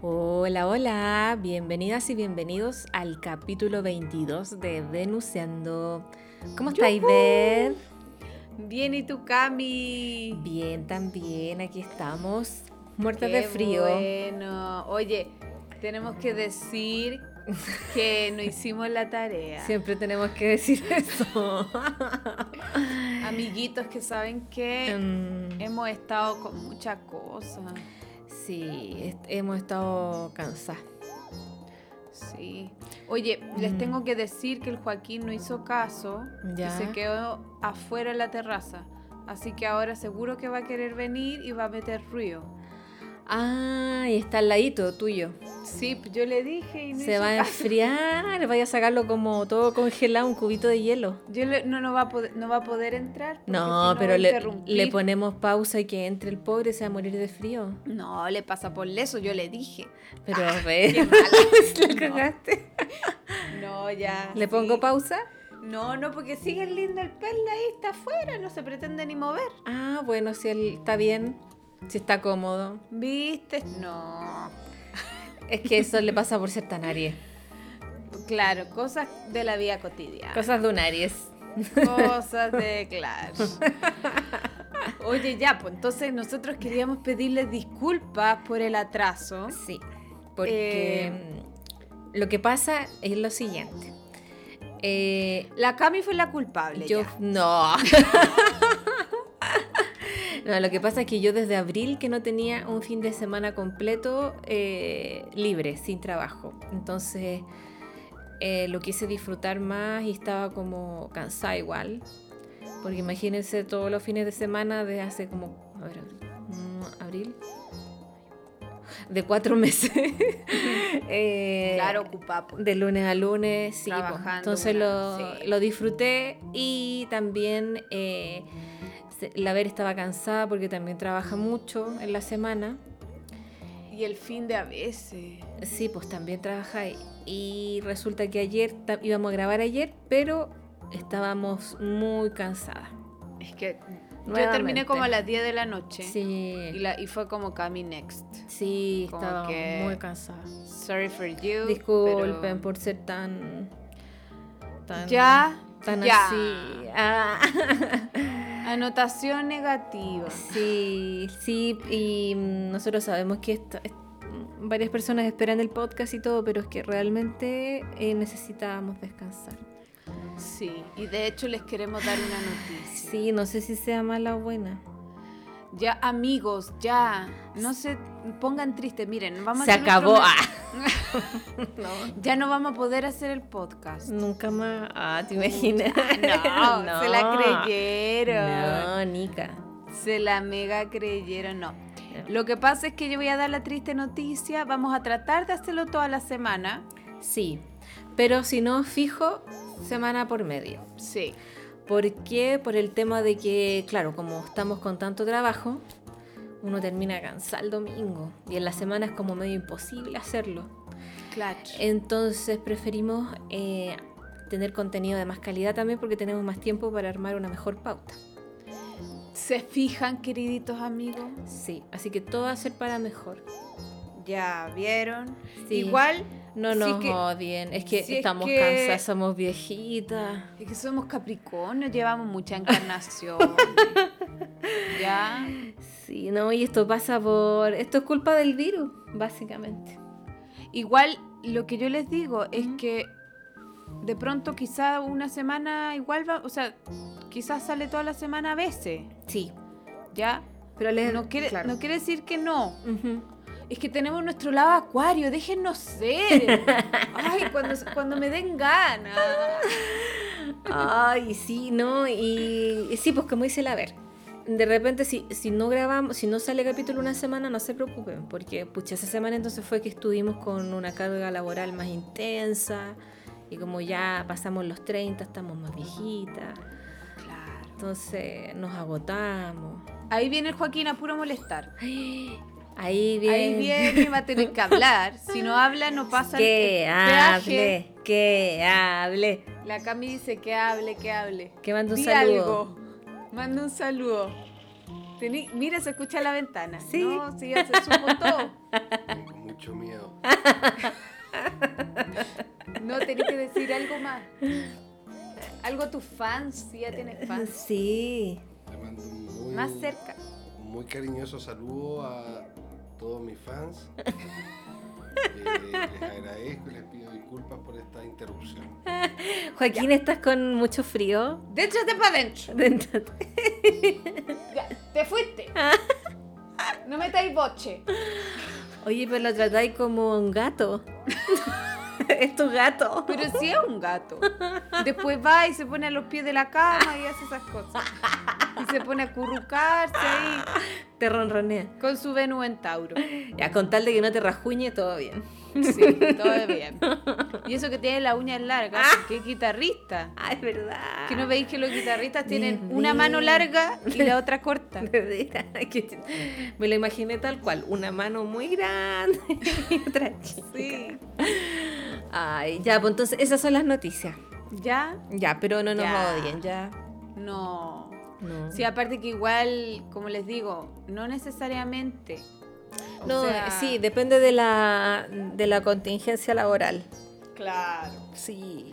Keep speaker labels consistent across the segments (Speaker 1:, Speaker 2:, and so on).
Speaker 1: Hola, hola, bienvenidas y bienvenidos al capítulo 22 de Venuseando. ¿Cómo estáis, Ben?
Speaker 2: Bien, ¿y tú, Cami?
Speaker 1: Bien, también, aquí estamos, muertas de frío.
Speaker 2: Bueno, oye, tenemos que decir que no hicimos la tarea.
Speaker 1: Siempre tenemos que decir eso.
Speaker 2: Amiguitos que saben que
Speaker 1: Em,
Speaker 2: mm. hemos estado con muchas cosas.
Speaker 1: Sí, est hemos estado cansados.
Speaker 2: Sí. Oye, mm. les tengo que decir que el Joaquín no hizo caso ¿Ya? y se quedó afuera en la terraza. Así que ahora seguro que va a querer venir y va a meter ruido.
Speaker 1: Ah, y está al ladito tuyo.
Speaker 2: Sí, yo le dije y no
Speaker 1: Se va a caso. enfriar, vaya a sacarlo como todo congelado, un cubito de hielo.
Speaker 2: Yo le, no, no, va a poder, no va a poder entrar.
Speaker 1: No, pero le, le, ponemos pausa y que entre el pobre, se va a morir de frío.
Speaker 2: No, le pasa por eso, yo le dije.
Speaker 1: Pero ah, a ver,
Speaker 2: le cagaste. No, ya.
Speaker 1: ¿Le ¿Ah, sí. pongo pausa?
Speaker 2: No, no, porque sigue lindo el perla ahí, está afuera, no se pretende ni mover.
Speaker 1: Ah, bueno, si él está bien, si está cómodo.
Speaker 2: ¿Viste? No.
Speaker 1: Es que eso le pasa por ser tan Aries.
Speaker 2: Claro, cosas de la vida cotidiana.
Speaker 1: Cosas de un Aries.
Speaker 2: Cosas de, claro. Oye, ya, pues entonces nosotros queríamos pedirles disculpas por el atraso.
Speaker 1: Ah, Sí, porque eh, lo que pasa es lo siguiente.
Speaker 2: Eh, la Cami fue la culpable.
Speaker 1: Yo,
Speaker 2: ya.
Speaker 1: no. No, lo que pasa es que yo desde abril que no tenía un fin de semana completo eh, libre, sin trabajo. Entonces eh, lo quise disfrutar más y estaba como cansada igual. Porque imagínense todos los fines de semana de hace como, a ver, mm, abril. De cuatro meses.
Speaker 2: eh, claro, ocupapo.
Speaker 1: De lunes a lunes, sí. Pues, entonces una, lo, sí. lo, disfruté y también eh, la Ver estaba cansada porque también trabaja mucho en la semana.
Speaker 2: Y el fin de a veces.
Speaker 1: Sí, pues también trabaja. Y resulta que ayer íbamos a grabar ayer, pero estábamos muy cansadas.
Speaker 2: Es que Nuevamente. yo terminé como a las 10 de la noche.
Speaker 1: Sí.
Speaker 2: Y, la, y fue como Cami Next.
Speaker 1: Sí, como estaba que, muy cansada.
Speaker 2: Sorry for you.
Speaker 1: Disculpen pero... por ser tan. tan
Speaker 2: ya.
Speaker 1: Tan
Speaker 2: ya.
Speaker 1: así. Ah.
Speaker 2: Anotación negativa.
Speaker 1: Sí, sí, y mm, nosotros sabemos que esta, mm, varias personas esperan el podcast y todo, pero es que realmente eh, necesitábamos descansar.
Speaker 2: Sí, y de hecho les queremos dar una noticia.
Speaker 1: Sí, no sé si sea mala o buena.
Speaker 2: Ya, amigos, ya, no se pongan tristes, miren, vamos
Speaker 1: se
Speaker 2: a
Speaker 1: acabó. Ah.
Speaker 2: no. Ya no vamos a poder hacer el podcast.
Speaker 1: Nunca más. Ah, ¿te imaginas?
Speaker 2: No, no, se la creyeron.
Speaker 1: No, Nica.
Speaker 2: Se la mega creyeron, no. no. Lo que pasa es que yo voy a dar la triste noticia, vamos a tratar de hacerlo toda la semana.
Speaker 1: Sí, pero si no fijo, semana por medio.
Speaker 2: Sí.
Speaker 1: ¿Por qué? Por el tema de que, claro, como estamos con tanto trabajo, uno termina cansado el domingo y en la semana es como medio imposible hacerlo.
Speaker 2: Clutch.
Speaker 1: Entonces preferimos eh, tener contenido de más calidad también porque tenemos más tiempo para armar una mejor pauta.
Speaker 2: ¿Se fijan, queriditos amigos?
Speaker 1: Sí, así que todo va a ser para mejor.
Speaker 2: Ya vieron. Sí. Igual
Speaker 1: no nos sí que, odien, es que si estamos es que, cansadas, somos viejitas.
Speaker 2: Es que somos capricornios, llevamos mucha encarnación. ¿Ya?
Speaker 1: Sí, no, y esto pasa por. Esto es culpa del virus, básicamente.
Speaker 2: Igual, lo que yo les digo es mm -hmm. que de pronto, quizá una semana igual va. O sea, quizás sale toda la semana a veces.
Speaker 1: Sí.
Speaker 2: ¿Ya?
Speaker 1: Pero les,
Speaker 2: no, quiere, claro. no quiere decir que no. Uh -huh es que tenemos nuestro lado acuario, déjennos ser. Ay, cuando, cuando me den ganas.
Speaker 1: Ay, sí, no, y, y sí, pues como dice la ver. De repente, si, si no grabamos, si no sale capítulo una semana, no se preocupen, porque pucha, esa semana entonces fue que estuvimos con una carga laboral más intensa, y como ya pasamos los 30, estamos más viejitas.
Speaker 2: Claro.
Speaker 1: Entonces nos agotamos.
Speaker 2: Ahí viene el Joaquín a puro molestar.
Speaker 1: Ahí viene.
Speaker 2: Ahí viene y va a tener que hablar. Si no habla, no pasa el-
Speaker 1: Que
Speaker 2: el peaje.
Speaker 1: hable, que hable.
Speaker 2: La Cami dice que hable, que hable.
Speaker 1: Que mande un
Speaker 2: Di
Speaker 1: saludo.
Speaker 2: algo. Manda un saludo. Tení- mira, se escucha la ventana.
Speaker 1: Sí.
Speaker 2: No, sí, ya se supo todo.
Speaker 3: Tengo mucho miedo.
Speaker 2: Ah. No, tenés que decir algo más. Algo a tus fans, si ya tienes fans.
Speaker 1: Sí.
Speaker 3: Le mando un muy,
Speaker 2: Más cerca.
Speaker 3: muy cariñoso saludo a todos mis fans. Eh, les agradezco y les pido disculpas por esta interrupción.
Speaker 1: Joaquín, ¿estás con mucho frío?
Speaker 2: Dentro de para adentro.
Speaker 1: Dentro-
Speaker 2: Ya, te fuiste. No metáis boche.
Speaker 1: Oye, pero lo tratáis como un gato. es tu gato.
Speaker 2: Pero sí es un gato. Después va y se pone a los pies de la cama y hace esas cosas. Y se pone a currucarse ahí
Speaker 1: Te ronronea.
Speaker 2: con su Venus en Tauro.
Speaker 1: Ya, con tal de que no te rajuñe, todo bien.
Speaker 2: Sí, todo bien. Y eso que tiene las uñas largas, que es guitarrista.
Speaker 1: Ah, es verdad.
Speaker 2: Que no veis que los guitarristas tienen
Speaker 1: Bebé.
Speaker 2: una mano larga y la otra corta.
Speaker 1: Verdad, que ch- Me lo imaginé tal cual, una mano muy grande y otra chica.
Speaker 2: Sí.
Speaker 1: Ay, ya, pues entonces esas son las noticias.
Speaker 2: ¿Ya?
Speaker 1: Ya, pero no nos
Speaker 2: Ya.
Speaker 1: odien, ya.
Speaker 2: No.
Speaker 1: No,
Speaker 2: Sí, aparte que igual, como les digo, no necesariamente. O
Speaker 1: no
Speaker 2: sea,
Speaker 1: sí, depende de la, de la contingencia laboral.
Speaker 2: Claro.
Speaker 1: Sí.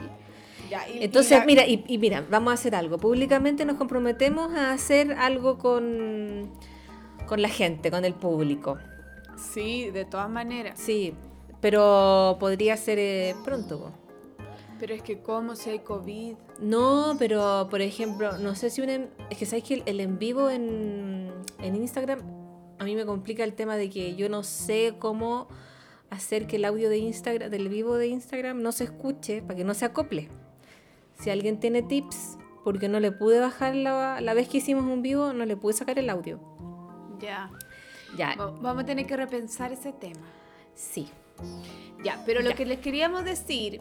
Speaker 2: Ya, y- y
Speaker 1: Entonces,
Speaker 2: la-
Speaker 1: mira, y, y mira, vamos a hacer algo. Públicamente nos comprometemos a hacer algo con, con la gente, con el público.
Speaker 2: Sí, de todas maneras.
Speaker 1: Sí, pero podría ser eh, pronto. po.
Speaker 2: Pero es que como si hay COVID.
Speaker 1: No, pero por ejemplo, no sé si un... en- es que sabes que el, el en vivo en, en Instagram a mí me complica el tema de que yo no sé cómo hacer que el audio de Instagram, del vivo de Instagram no se escuche para que no se acople. Si alguien tiene tips, porque no le pude bajar la, la vez que hicimos un vivo, no le pude sacar el audio.
Speaker 2: Ya.
Speaker 1: Ya,
Speaker 2: Va- Vamos a tener que repensar ese tema.
Speaker 1: sí.
Speaker 2: Ya, pero lo
Speaker 1: Ya.
Speaker 2: que les queríamos decir,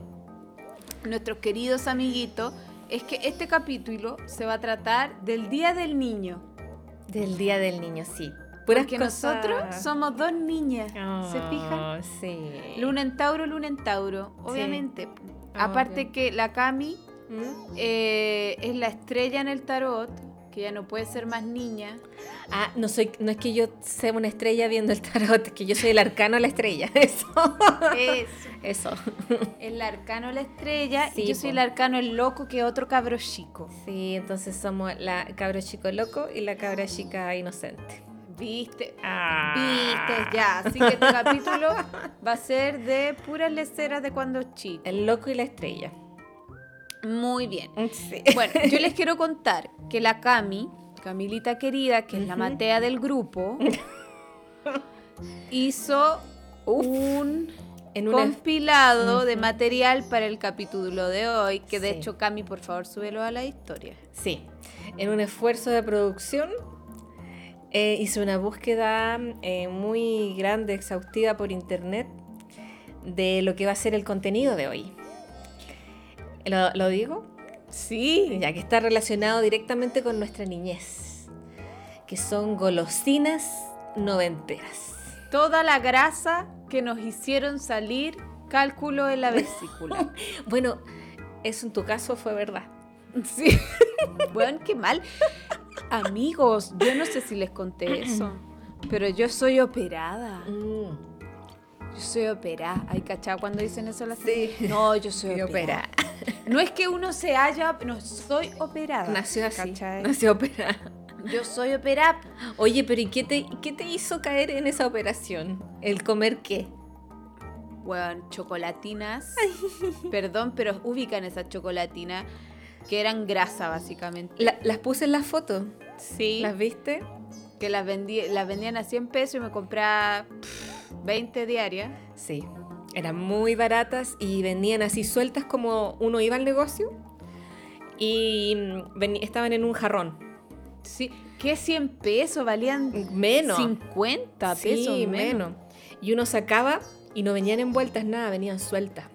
Speaker 2: nuestros queridos amiguitos, es que este capítulo se va a tratar del Día del Niño.
Speaker 1: Del Día del Niño, sí.
Speaker 2: porque nosotros somos dos niñas. ¿Se
Speaker 1: Ah.
Speaker 2: fijan?
Speaker 1: Sí.
Speaker 2: Luna en Tauro, Luna en Tauro, obviamente. Aparte
Speaker 1: Obvio.
Speaker 2: que la Cami
Speaker 1: ¿Mm?
Speaker 2: eh, es la estrella en el tarot, que ya no puede ser más niña.
Speaker 1: Ah, no soy, no es que yo sea una estrella viendo el tarot, es que yo soy el arcano a la estrella. Eso.
Speaker 2: Es
Speaker 1: Eso.
Speaker 2: el arcano la estrella
Speaker 1: Sí,
Speaker 2: y yo soy
Speaker 1: po.
Speaker 2: el arcano el loco que otro cabro chico.
Speaker 1: Sí, entonces somos la cabra chico loco y la cabra chica inocente.
Speaker 2: ¿Viste?
Speaker 1: Ah.
Speaker 2: Viste ya, así que este capítulo va a ser de puras leceras de cuando chica.
Speaker 1: El loco y la estrella.
Speaker 2: Muy bien.
Speaker 1: Mm, Sí.
Speaker 2: Bueno, yo les quiero contar que la Cami, Camilita querida, que es la
Speaker 1: Ujú.
Speaker 2: matea del grupo, hizo un
Speaker 1: En una
Speaker 2: compilado de
Speaker 1: Ujú.
Speaker 2: material para el capítulo de hoy, que de
Speaker 1: Sí.
Speaker 2: hecho Cami, por favor, súbelo a la historia.
Speaker 1: Sí, en un esfuerzo de producción eh, hice una búsqueda eh, muy grande, exhaustiva por internet de lo que va a ser el contenido de hoy. ¿Lo, lo digo?
Speaker 2: Sí.
Speaker 1: Ya que está relacionado directamente con nuestra niñez, que son golosinas noventeras.
Speaker 2: Toda la grasa que nos hicieron salir cálculo en la vesícula.
Speaker 1: Bueno, eso en tu caso fue verdad.
Speaker 2: Sí. Bueno, qué mal. Amigos, yo no sé si les conté eso, pero yo soy operada. Mm, Yo soy operada. Ay, cachá, cuando dicen eso las
Speaker 1: Sí.
Speaker 2: No, yo soy
Speaker 1: Y
Speaker 2: operada.
Speaker 1: opera.
Speaker 2: No es que uno se haya, no soy operada.
Speaker 1: Nació así.
Speaker 2: ¿cachai?
Speaker 1: Nació operada.
Speaker 2: Yo soy operada.
Speaker 1: Oye, pero ¿y qué te, qué te hizo caer en esa operación? ¿El comer qué?
Speaker 2: Bueno, chocolatinas. Perdón, pero ubican esas chocolatinas que eran grasa básicamente.
Speaker 1: La- las puse en las fotos,
Speaker 2: Sí.
Speaker 1: ¿las viste?
Speaker 2: que las, vendí- las vendían a 100 pesos y me compraba pff, 20 diarias.
Speaker 1: Sí. Eran muy baratas y venían así sueltas como uno iba al negocio y mm, veni- estaban en un jarrón.
Speaker 2: Sí, ¿qué 100 pesos? Valían
Speaker 1: Menos.
Speaker 2: 50
Speaker 1: Sí,
Speaker 2: pesos menos.
Speaker 1: Y uno sacaba y no venían envueltas nada, venían sueltas.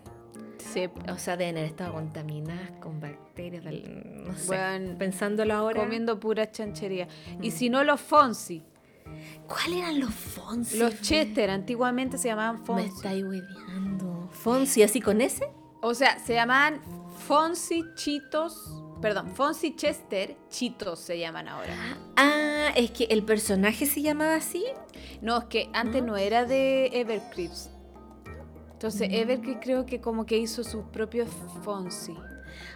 Speaker 2: Se
Speaker 1: O sea, deben haber estado contaminadas con bacterias, del- no sé.
Speaker 2: Bueno,
Speaker 1: Pensándolo ahora. Mm.
Speaker 2: comiendo pura chanchería. Y si no los Fonsi,
Speaker 1: ¿Cuáles eran los Fonsi?
Speaker 2: los Chester antiguamente se llamaban
Speaker 1: Me
Speaker 2: Fonsi.
Speaker 1: estáis hueveando. Fonsi, así con ese.
Speaker 2: O sea, se llamaban Fonsi Chitos, perdón, Fonsi Chester Chitos se llaman ahora.
Speaker 1: Ah, es que el personaje se llamaba así.
Speaker 2: No, es que antes no era de Evercreeps. Entonces, Evercreep creo que como que hizo sus propios Fonsi.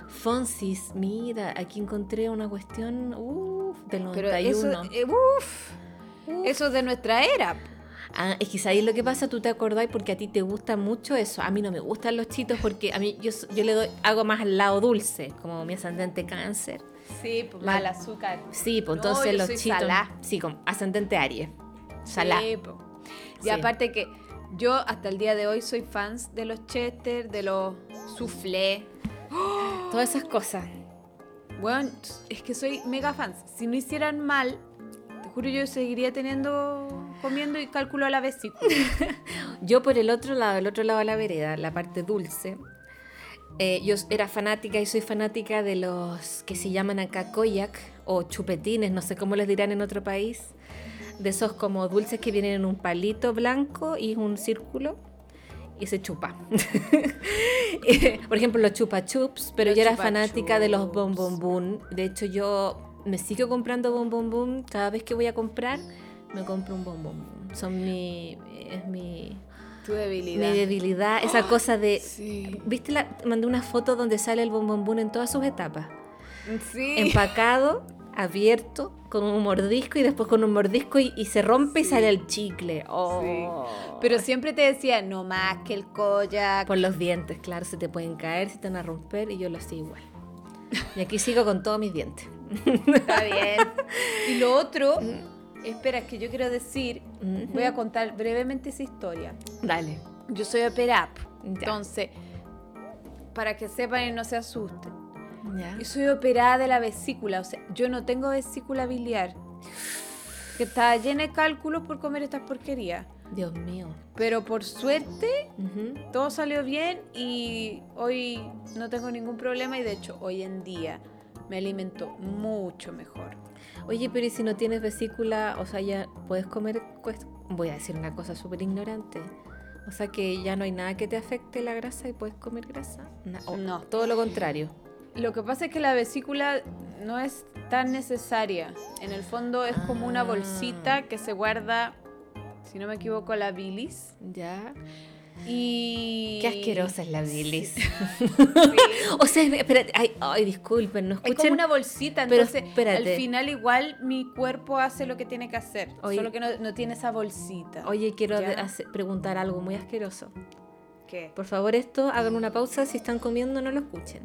Speaker 1: Fonsis, mira, aquí encontré una cuestión uh, del 91.
Speaker 2: Pero eso, eh, uf,
Speaker 1: Uf.
Speaker 2: eso es de nuestra era.
Speaker 1: Ah, es que sabéis lo que pasa, tú te acordás porque a ti te gusta mucho eso. A mí no me gustan los chitos porque a mí yo, so- yo le doy hago más al lado dulce, como mi ascendente cáncer.
Speaker 2: Sí, pues,
Speaker 1: La-
Speaker 2: mal azúcar.
Speaker 1: Sí, pues
Speaker 2: No,
Speaker 1: entonces
Speaker 2: yo
Speaker 1: los
Speaker 2: soy
Speaker 1: chitos.
Speaker 2: salá.
Speaker 1: Sí, como ascendente Aries. Salá.
Speaker 2: Sí, po. Y
Speaker 1: Sí.
Speaker 2: aparte que yo hasta el día de hoy soy fans de los Chester, de los Soufflé.
Speaker 1: Todas esas cosas.
Speaker 2: Bueno, es que soy mega fans. Si no hicieran mal, te juro yo seguiría teniendo, comiendo y cálculo a la vesícula.
Speaker 1: Yo por el otro lado, el otro lado de la vereda, la parte dulce, eh, yo era fanática y soy fanática de los que se llaman acá koyak o chupetines, no sé cómo les dirán en otro país, de esos como dulces que vienen en un palito blanco y es un círculo y se chupa. por ejemplo, los chupa chups, pero
Speaker 2: Los
Speaker 1: yo era
Speaker 2: chupa
Speaker 1: fanática de los
Speaker 2: chups.
Speaker 1: bombombum. De hecho, yo me sigo comprando bombombum cada vez que voy a comprar. Me compro un bombombum. Son mi. Es mi.
Speaker 2: Tu debilidad.
Speaker 1: Mi debilidad, esa cosa de.
Speaker 2: Sí.
Speaker 1: ¿Viste? La, mandé una foto donde sale el bombombón en todas sus etapas.
Speaker 2: Sí.
Speaker 1: Empacado, abierto, con un mordisco y después con un mordisco y, y se rompe y sale el chicle. Oh.
Speaker 2: Pero siempre te decía, no más que el koyak.
Speaker 1: Por los dientes, claro, se te pueden caer, se te van a romper y yo lo hacía igual. Y aquí sigo con todos mis dientes.
Speaker 2: Está bien. Y lo otro, espera, es que yo quiero decir,
Speaker 1: Mm. Ujú.
Speaker 2: voy a contar brevemente esa historia.
Speaker 1: Dale.
Speaker 2: Yo soy operap,
Speaker 1: entonces,
Speaker 2: entonces, para que sepan y no se asusten.
Speaker 1: Ya.
Speaker 2: Yo soy operada de la vesícula, o sea, yo no tengo vesícula biliar. Que estaba llena de cálculos por comer estas porquerías.
Speaker 1: Dios mío.
Speaker 2: Pero por suerte,
Speaker 1: Ujú.
Speaker 2: todo salió bien y hoy no tengo ningún problema y de hecho hoy en día me alimento mucho mejor.
Speaker 1: Oye, pero ¿y si no tienes vesícula, o sea, ya puedes comer, cuest- voy a decir una cosa súper ignorante. O sea, que ya no hay nada que te afecte la grasa y puedes comer grasa. Na- o
Speaker 2: No.
Speaker 1: Todo lo contrario.
Speaker 2: Lo que pasa es que la vesícula no es tan necesaria. En el fondo es como una
Speaker 1: Ah.
Speaker 2: bolsita que se guarda, si no me equivoco, la bilis.
Speaker 1: Ya.
Speaker 2: Y...
Speaker 1: Qué asquerosa es la bilis.
Speaker 2: Sí.
Speaker 1: O sea, espérate, ay, ay, disculpen, no
Speaker 2: Es
Speaker 1: escuchen.
Speaker 2: como una bolsita,
Speaker 1: pero
Speaker 2: entonces
Speaker 1: espérate.
Speaker 2: al final igual mi cuerpo hace lo que tiene que hacer,
Speaker 1: Oye.
Speaker 2: solo que no, no tiene esa bolsita.
Speaker 1: Oye, quiero
Speaker 2: Ya.
Speaker 1: de- hace- preguntar algo muy asqueroso.
Speaker 2: ¿Qué?
Speaker 1: Por favor, esto, hagan una pausa. Si están comiendo, no lo escuchen.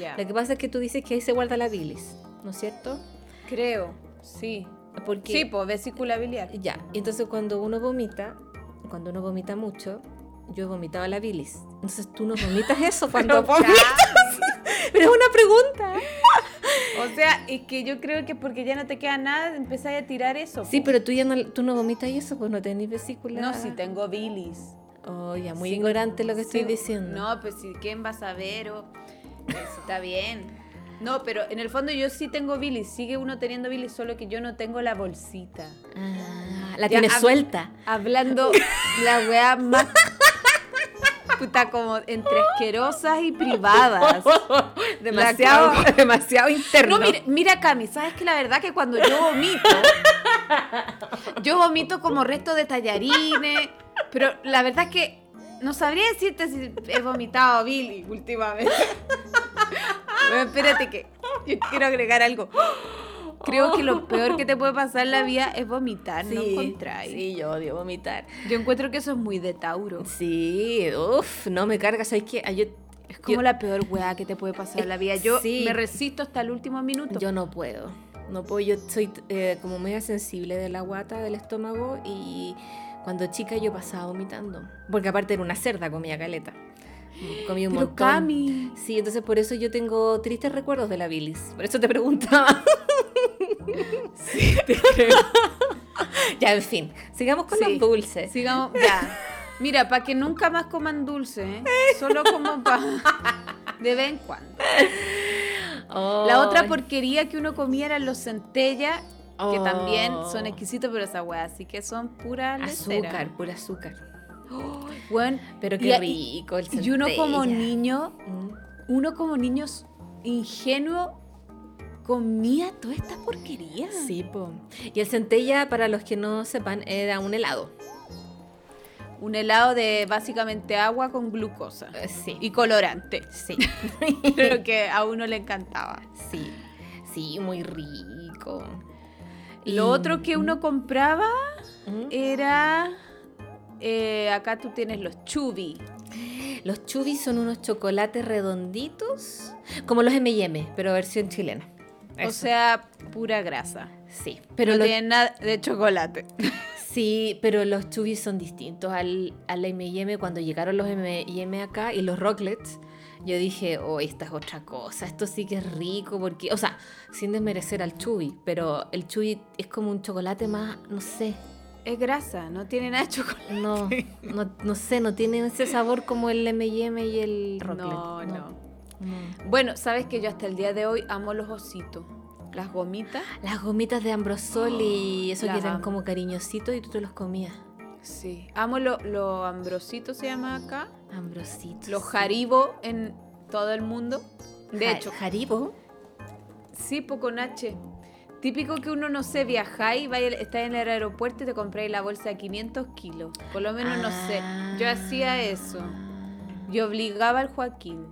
Speaker 2: Ya.
Speaker 1: Lo que pasa es que tú dices que ahí se guarda la bilis, ¿no es cierto?
Speaker 2: Creo, sí.
Speaker 1: Porque
Speaker 2: Sí, pues vesícula biliar.
Speaker 1: Ya, y entonces cuando uno vomita, cuando uno vomita mucho, yo he vomitado la bilis. Entonces tú no vomitas eso cuando
Speaker 2: Pero ya,
Speaker 1: vomitas. Pero es una pregunta.
Speaker 2: O sea, es que yo creo que porque ya no te queda nada, empezáis a tirar eso.
Speaker 1: Sí,
Speaker 2: po.
Speaker 1: pero tú ya no, tú no vomitas y eso, pues no tenés vesícula.
Speaker 2: No, si tengo bilis.
Speaker 1: Oh, ya, muy
Speaker 2: Sí.
Speaker 1: ignorante lo que estoy
Speaker 2: Sí,
Speaker 1: diciendo.
Speaker 2: No, pues si quién va a saber o si está bien. No, pero en el fondo yo sí tengo bilis, sigue uno teniendo bilis, solo que yo no tengo la bolsita.
Speaker 1: Ah, la
Speaker 2: Ya,
Speaker 1: tienes
Speaker 2: hab-
Speaker 1: suelta.
Speaker 2: Hablando la weá más puta como entre asquerosas y privadas.
Speaker 1: demasiado, demasiado interno.
Speaker 2: No, mira, mira Cami, sabes que la verdad que cuando yo vomito, yo vomito como resto de tallarines, pero la verdad es que no sabría decirte si he vomitado Billy últimamente. Bueno, espérate que yo quiero agregar algo. Creo que lo peor que te puede pasar en la vida es vomitar, no encontrar.
Speaker 1: sí, yo odio vomitar.
Speaker 2: Yo encuentro que eso es muy de Tauro.
Speaker 1: Sí, uff, no me cargas. ¿Sabes qué? Ay, Yo,
Speaker 2: Es como la peor weá que te puede pasar en la vida. Yo
Speaker 1: Sí.
Speaker 2: me resisto hasta el último minuto.
Speaker 1: Yo no puedo. No puedo, yo soy eh, como media sensible de la guata, del estómago y cuando chica yo pasaba vomitando. Porque aparte era una cerda, comía caleta. Comí un
Speaker 2: Pero
Speaker 1: montón.
Speaker 2: Cami.
Speaker 1: Sí, entonces por eso yo tengo tristes recuerdos de la bilis. Por eso te preguntaba.
Speaker 2: Sí, te creo.
Speaker 1: ya, en fin. Sigamos con
Speaker 2: Sí.
Speaker 1: los dulces.
Speaker 2: Sigamos, ya. Mira, para que nunca más coman dulce, ¿eh? Solo como pa De vez en cuando. La otra
Speaker 1: Ay.
Speaker 2: porquería que uno comía eran los centella, que
Speaker 1: Oh.
Speaker 2: también son exquisitos, pero esa weá, así que son pura lecera.
Speaker 1: Azúcar, pura azúcar.
Speaker 2: Weón,
Speaker 1: Pero
Speaker 2: y
Speaker 1: qué
Speaker 2: a-
Speaker 1: rico el
Speaker 2: Y uno como
Speaker 1: centella.
Speaker 2: niño,
Speaker 1: Mm.
Speaker 2: uno como niño ingenuo comía toda esta porquería.
Speaker 1: Sí, po. Y el centella, para los que no sepan, era un helado.
Speaker 2: Un helado de básicamente agua con glucosa
Speaker 1: Eh, Sí.
Speaker 2: y colorante,
Speaker 1: Sí.
Speaker 2: lo que a uno le encantaba.
Speaker 1: Sí. Sí, muy rico.
Speaker 2: Lo
Speaker 1: Y-
Speaker 2: otro que uno compraba
Speaker 1: ¿Mm?
Speaker 2: era. eh, acá tú tienes los chubis.
Speaker 1: Los chubis son unos chocolates redonditos, como los M&M, pero versión chilena.
Speaker 2: O
Speaker 1: Eso.
Speaker 2: sea, pura grasa.
Speaker 1: sí,
Speaker 2: Pero
Speaker 1: pero
Speaker 2: no
Speaker 1: los,
Speaker 2: tienen nada de chocolate.
Speaker 1: sí, pero los chubis son distintos al, al M&M. Cuando llegaron los M&M acá y los Rocklets, yo dije, oh, esta es otra cosa, esto sí que es rico, porque, o sea, sin desmerecer al chubi, pero el chubi es como un chocolate más, no sé,
Speaker 2: Es grasa, no tiene nada de chocolate.
Speaker 1: no, no, no sé, no tiene ese sabor como el M&M y el Rocklet.
Speaker 2: No, no.
Speaker 1: no.
Speaker 2: Bueno, sabes que yo hasta el día de hoy amo los ositos. Las gomitas.
Speaker 1: Las gomitas de Ambrosoli, eso que
Speaker 2: las
Speaker 1: eran
Speaker 2: amo.
Speaker 1: como cariñositos y tú te los comías.
Speaker 2: Sí. Amo los lo ambrositos, se llama acá.
Speaker 1: Ambrositos.
Speaker 2: Los jaribo en todo el mundo. De
Speaker 1: Ja-
Speaker 2: hecho,
Speaker 1: Jaribo.
Speaker 2: sí, poco con H. Típico que uno, no sé, viajáis, vaya, estáis en el aeropuerto y te compráis la bolsa de 500 kilos. Por lo menos, no sé. Yo
Speaker 1: Ah.
Speaker 2: hacía eso. Y obligaba al Joaquín.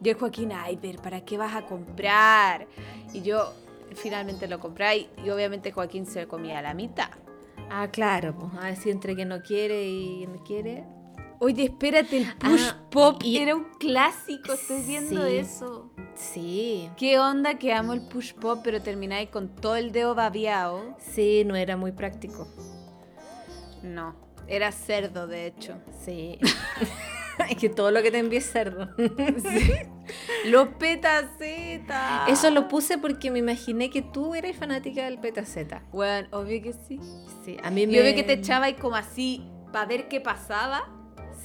Speaker 2: yo el Joaquín, ay, pero ¿para qué vas a comprar? Y yo finalmente lo compré y, y obviamente Joaquín se comía la mitad.
Speaker 1: Ah, claro, pues, a decir entre que no quiere y no quiere.
Speaker 2: Oye, espérate, el push
Speaker 1: Ah,
Speaker 2: pop
Speaker 1: y-
Speaker 2: era un clásico, estoy viendo
Speaker 1: Sí.
Speaker 2: eso.
Speaker 1: Sí.
Speaker 2: ¿Qué onda que amo el push pop, pero termináis con todo el dedo babiao?
Speaker 1: Sí, no era muy práctico.
Speaker 2: No, era cerdo, de hecho.
Speaker 1: Sí. es que todo lo que te envié es cerdo.
Speaker 2: Los petacetas.
Speaker 1: Eso lo puse porque me imaginé que tú eras fanática del petaceta.
Speaker 2: Bueno, obvio que sí.
Speaker 1: Sí, a mí me...
Speaker 2: Yo vi que te echabais como así para ver qué pasaba.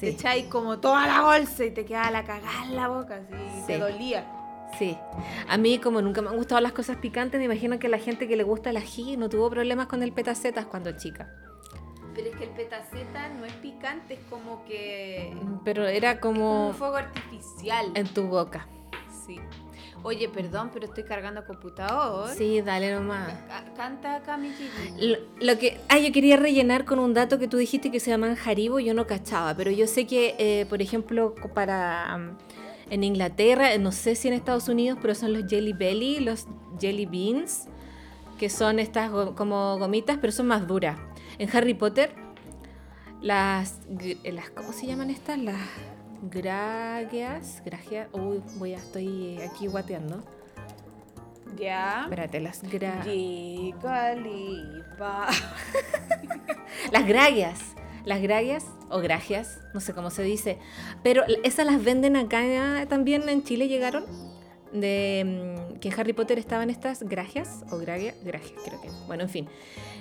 Speaker 2: Te
Speaker 1: Sí,
Speaker 2: echabais como toda la bolsa y te quedaba la cagada en la boca, así y te
Speaker 1: Sí.
Speaker 2: dolía.
Speaker 1: sí. A mí, como nunca me han gustado las cosas picantes, me imagino que la gente que le gusta el ají no tuvo problemas con el petacetas cuando chica.
Speaker 2: Pero es que el petaceta no es picante, es como que.
Speaker 1: Pero era
Speaker 2: como un
Speaker 1: como
Speaker 2: fuego artificial.
Speaker 1: en tu boca.
Speaker 2: Sí. Oye, perdón, pero estoy cargando computador.
Speaker 1: Sí, dale nomás.
Speaker 2: Ca- Canta acá, mi chiquita.
Speaker 1: Lo, lo que, ah, yo quería rellenar con un dato que tú dijiste que se llaman jaribo, yo no cachaba, pero yo sé que, eh, por ejemplo, co- para mm, en Inglaterra, eh, no sé si en Estados Unidos, pero son los jelly belly, los jelly beans, que son estas go- como gomitas, pero son más duras. En Harry Potter, las, gr- eh, las ¿cómo se llaman estas? Las grageas, grageas, uy, voy a, estoy eh, aquí guateando.
Speaker 2: Ya.
Speaker 1: Espérate, las gra...
Speaker 2: Chica lipa.
Speaker 1: Las gragias. Las gragias o gragias, no sé cómo se dice. Pero esas las venden acá también en Chile, llegaron. De mm, que en Harry Potter estaban estas gragias o gragia, gragias, creo que. Bueno, en fin.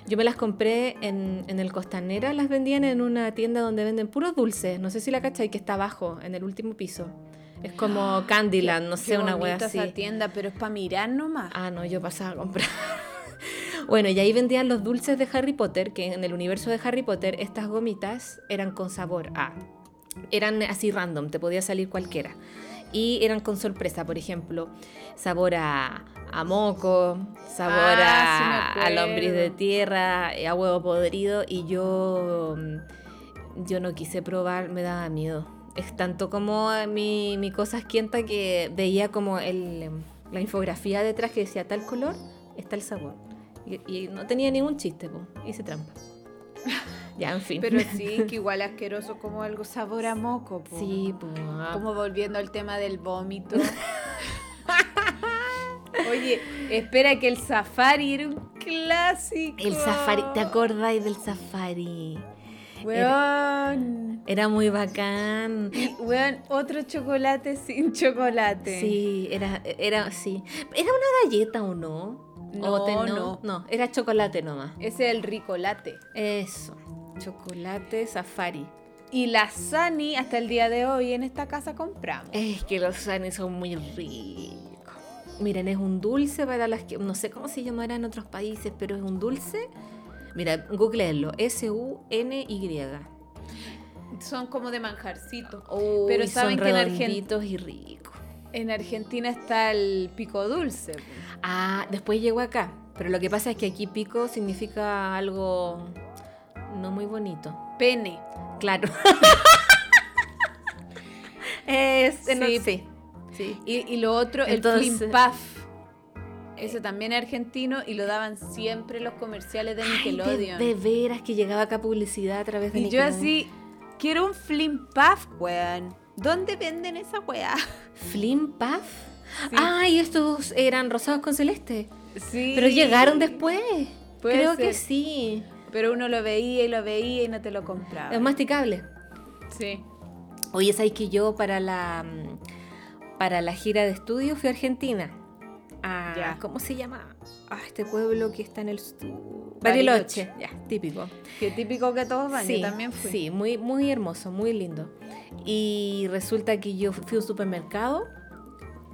Speaker 1: Yo me las compré en, en el Costanera, las vendían en una tienda donde venden puros dulces. No sé si la cachai, que está abajo, en el último piso. Es como Candyland, no
Speaker 2: Ah, Qué
Speaker 1: sé, una wea
Speaker 2: bonita
Speaker 1: así.
Speaker 2: esa tienda, pero es para mirar nomás.
Speaker 1: Ah, no, yo pasaba a comprar. bueno, y ahí vendían los dulces de Harry Potter, que en el universo de Harry Potter estas gomitas eran con sabor a. Eran así random, te podía salir cualquiera. Y eran con sorpresa, por ejemplo, sabor a, a moco, sabor
Speaker 2: Ah, sí me
Speaker 1: a, a lombriz de
Speaker 2: acuerdo.
Speaker 1: tierra, eh, a huevo podrido. Y yo, mm, yo no quise probar, me daba miedo. Es tanto como eh, mi, mi cosa asquienta que veía como el, em, la infografía detrás que decía tal color, está el sabor. Y, y no tenía ningún chiste, po. hice trampa. ya, en fin.
Speaker 2: Pero sí, que igual asqueroso como algo sabor a moco. po.
Speaker 1: sí, po. ah,
Speaker 2: Como volviendo al tema del vómito. Oye, espera que el safari era un clásico.
Speaker 1: El safari, ¿te acordáis del safari?
Speaker 2: Weón.
Speaker 1: Era muy bacán.
Speaker 2: Weón, otro chocolate sin chocolate.
Speaker 1: Sí, era, era, sí. ¿Era una galleta o no?
Speaker 2: No,
Speaker 1: ¿O te-
Speaker 2: no.
Speaker 1: No, era chocolate nomás.
Speaker 2: Ese es el ricolate.
Speaker 1: Eso, chocolate safari.
Speaker 2: Y la Sani, hasta el día de hoy, en esta casa compramos.
Speaker 1: Es que los sanes son muy ricos. Miren, es un dulce para las que. No sé cómo se llamará en otros países, pero es un dulce. Mira, googleenlo. S-U-N-Y.
Speaker 2: Son como de manjarcito.
Speaker 1: Pero
Speaker 2: saben
Speaker 1: son
Speaker 2: que en Argen-
Speaker 1: redonditos y ricos.
Speaker 2: En Argentina está el pico dulce. pues.
Speaker 1: Ah, después llegó acá. Pero lo que pasa es que aquí pico significa algo no muy bonito.
Speaker 2: Pene.
Speaker 1: Claro. es, no-
Speaker 2: Sí.
Speaker 1: sí. sí.
Speaker 2: Y, y lo otro, el
Speaker 1: Entonces-
Speaker 2: Flim Puff. Ese también es argentino y lo daban siempre los comerciales de
Speaker 1: Ay, de-
Speaker 2: Nickelodeon.
Speaker 1: de, veras que llegaba acá publicidad a través de
Speaker 2: y yo
Speaker 1: Nickelodeon.
Speaker 2: así, quiero un Flim Puff, weón. ¿Dónde venden esa weá?
Speaker 1: Flim Puff.
Speaker 2: Sí.
Speaker 1: Ay, estos eran rosados con celeste.
Speaker 2: Sí.
Speaker 1: Pero llegaron después.
Speaker 2: Puede
Speaker 1: Creo
Speaker 2: ser.
Speaker 1: que sí.
Speaker 2: Pero uno lo veía y lo veía y no te lo compraba.
Speaker 1: Es masticable.
Speaker 2: Sí.
Speaker 1: Oye, sabes que yo para la mm, para la gira de estudio fui a Argentina. A,
Speaker 2: Ya.
Speaker 1: ¿Cómo se llama? A este pueblo que está en el sur.
Speaker 2: Bariloche.
Speaker 1: Bariloche. Ya, típico.
Speaker 2: Que típico que todos van. yo también fui.
Speaker 1: Sí, muy, muy hermoso, muy lindo. Y resulta que yo fui a un supermercado,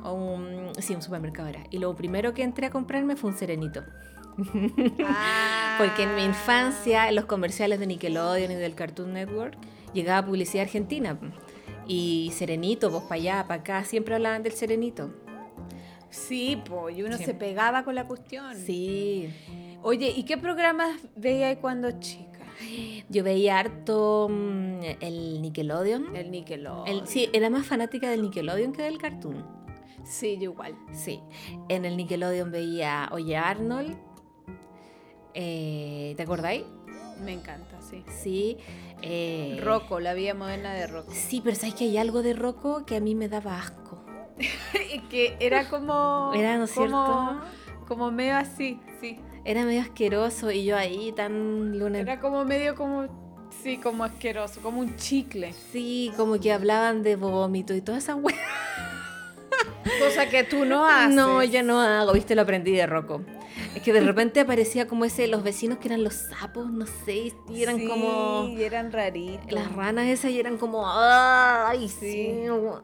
Speaker 1: o un- sí, un supermercado era, y lo primero que entré a comprarme fue un serenito.
Speaker 2: Ah.
Speaker 1: Porque en mi infancia, en los comerciales de Nickelodeon y del Cartoon Network, llegaba publicidad argentina. Y serenito, vos para allá, para acá, siempre hablaban del serenito.
Speaker 2: Sí, po, y uno
Speaker 1: Sí.
Speaker 2: se pegaba con la cuestión.
Speaker 1: Sí.
Speaker 2: Oye, ¿y qué programas veía cuando chica?
Speaker 1: Yo veía harto mm, el Nickelodeon.
Speaker 2: El Nickelodeon.
Speaker 1: El- sí, era más fanática del Nickelodeon que del Cartoon.
Speaker 2: Sí, yo igual.
Speaker 1: Sí, en el Nickelodeon veía Oye Arnold. Eh, ¿Te acordáis?
Speaker 2: Me encanta, sí.
Speaker 1: Sí. eh,
Speaker 2: Rocco, la vida moderna de Rocco.
Speaker 1: Sí, pero sabes que hay algo de Rocco que a mí me daba asco.
Speaker 2: que era como.
Speaker 1: Era, ¿no es
Speaker 2: como,
Speaker 1: cierto?
Speaker 2: como medio así, sí.
Speaker 1: Era medio asqueroso y yo ahí tan luna.
Speaker 2: Era como medio como. Sí, como asqueroso, como un chicle.
Speaker 1: Sí, como que hablaban de vómito y toda esa hueá.
Speaker 2: Cosa que tú no haces.
Speaker 1: No, yo no hago, viste, lo aprendí de Rocco. Es que de repente aparecía como ese, los vecinos que eran los sapos, no sé, y eran
Speaker 2: Sí,
Speaker 1: como...
Speaker 2: Y eran raritos.
Speaker 1: Las ranas esas y eran como, ay, sí,
Speaker 2: Sí.
Speaker 1: no.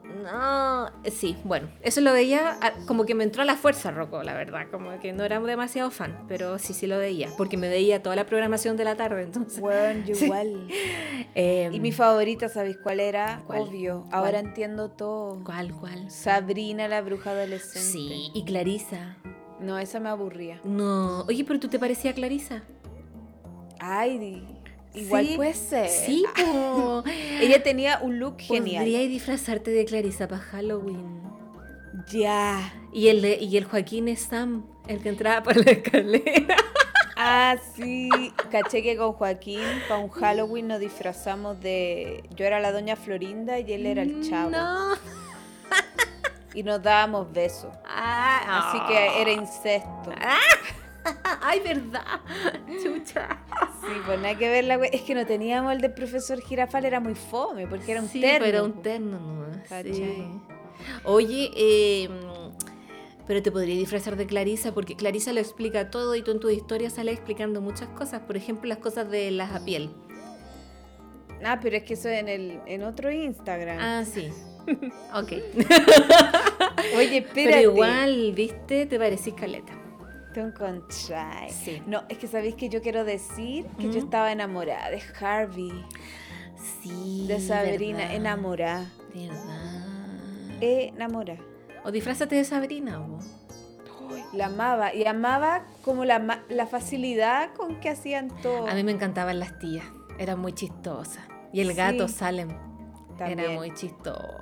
Speaker 1: Eh, Sí, bueno, eso lo veía, ah, como que me entró a la fuerza Rocco, la verdad, como que no era demasiado fan, pero sí, sí lo veía, porque me veía toda la programación de la tarde, entonces.
Speaker 2: Bueno, yo
Speaker 1: Sí.
Speaker 2: igual.
Speaker 1: eh,
Speaker 2: Y mi favorita, ¿sabéis cuál era?
Speaker 1: ¿Cuál?
Speaker 2: Obvio.
Speaker 1: ¿Cuál?
Speaker 2: Ahora entiendo todo.
Speaker 1: ¿Cuál, cuál?
Speaker 2: Sabrina la bruja adolescente.
Speaker 1: Sí, y Clarisa.
Speaker 2: No, esa me aburría.
Speaker 1: No, oye, pero tú te parecías a Clarisa.
Speaker 2: Ay, di- igual
Speaker 1: Sí,
Speaker 2: puede ser. Ah,
Speaker 1: Sí, po.
Speaker 2: Ella tenía un look Eh, genial.
Speaker 1: Podrías disfrazarte de Clarisa para Halloween.
Speaker 2: Ya.
Speaker 1: Y el, de- y el Joaquín es Sam, el que entraba por la escalera.
Speaker 2: Ah, sí. Caché que con Joaquín, para un Halloween, nos disfrazamos de. Yo era la doña Florinda y él era el chavo.
Speaker 1: Mm, No.
Speaker 2: Y nos dábamos besos.
Speaker 1: Ah,
Speaker 2: Así que era incesto.
Speaker 1: Ay, verdad. Chucha.
Speaker 2: Sí, pues nada que ver la we- Es que no teníamos el del profesor Girafal, era muy fome, porque era un
Speaker 1: sí,
Speaker 2: terno.
Speaker 1: pero
Speaker 2: po.
Speaker 1: un terno nomás,
Speaker 2: ¿Cachai?
Speaker 1: sí. Oye, eh, pero te podría disfrazar de Clarisa porque Clarisa lo explica todo y tú en tu historia sales explicando muchas cosas. Por ejemplo, las cosas de las a piel.
Speaker 2: Ah, pero es que eso en el en otro Instagram.
Speaker 1: Ah, sí. Ok.
Speaker 2: Oye, espérate.
Speaker 1: Pero igual, viste, te parecís caleta.
Speaker 2: Te encontráis.
Speaker 1: Sí.
Speaker 2: No, es que sabéis que yo quiero decir que yo
Speaker 1: ¿Mm?
Speaker 2: estaba enamorada de Harvey,
Speaker 1: Sí.
Speaker 2: de Sabrina,
Speaker 1: verdad, Eh.
Speaker 2: enamorada.
Speaker 1: Verdad.
Speaker 2: Enamorada.
Speaker 1: O disfrázate de Sabrina, vos.
Speaker 2: La amaba y amaba como la, ma- la facilidad con que hacían todo.
Speaker 1: A mí me encantaban las tías, eran muy chistosas. Y el
Speaker 2: Sí.
Speaker 1: gato Salem
Speaker 2: También.
Speaker 1: era muy chistoso.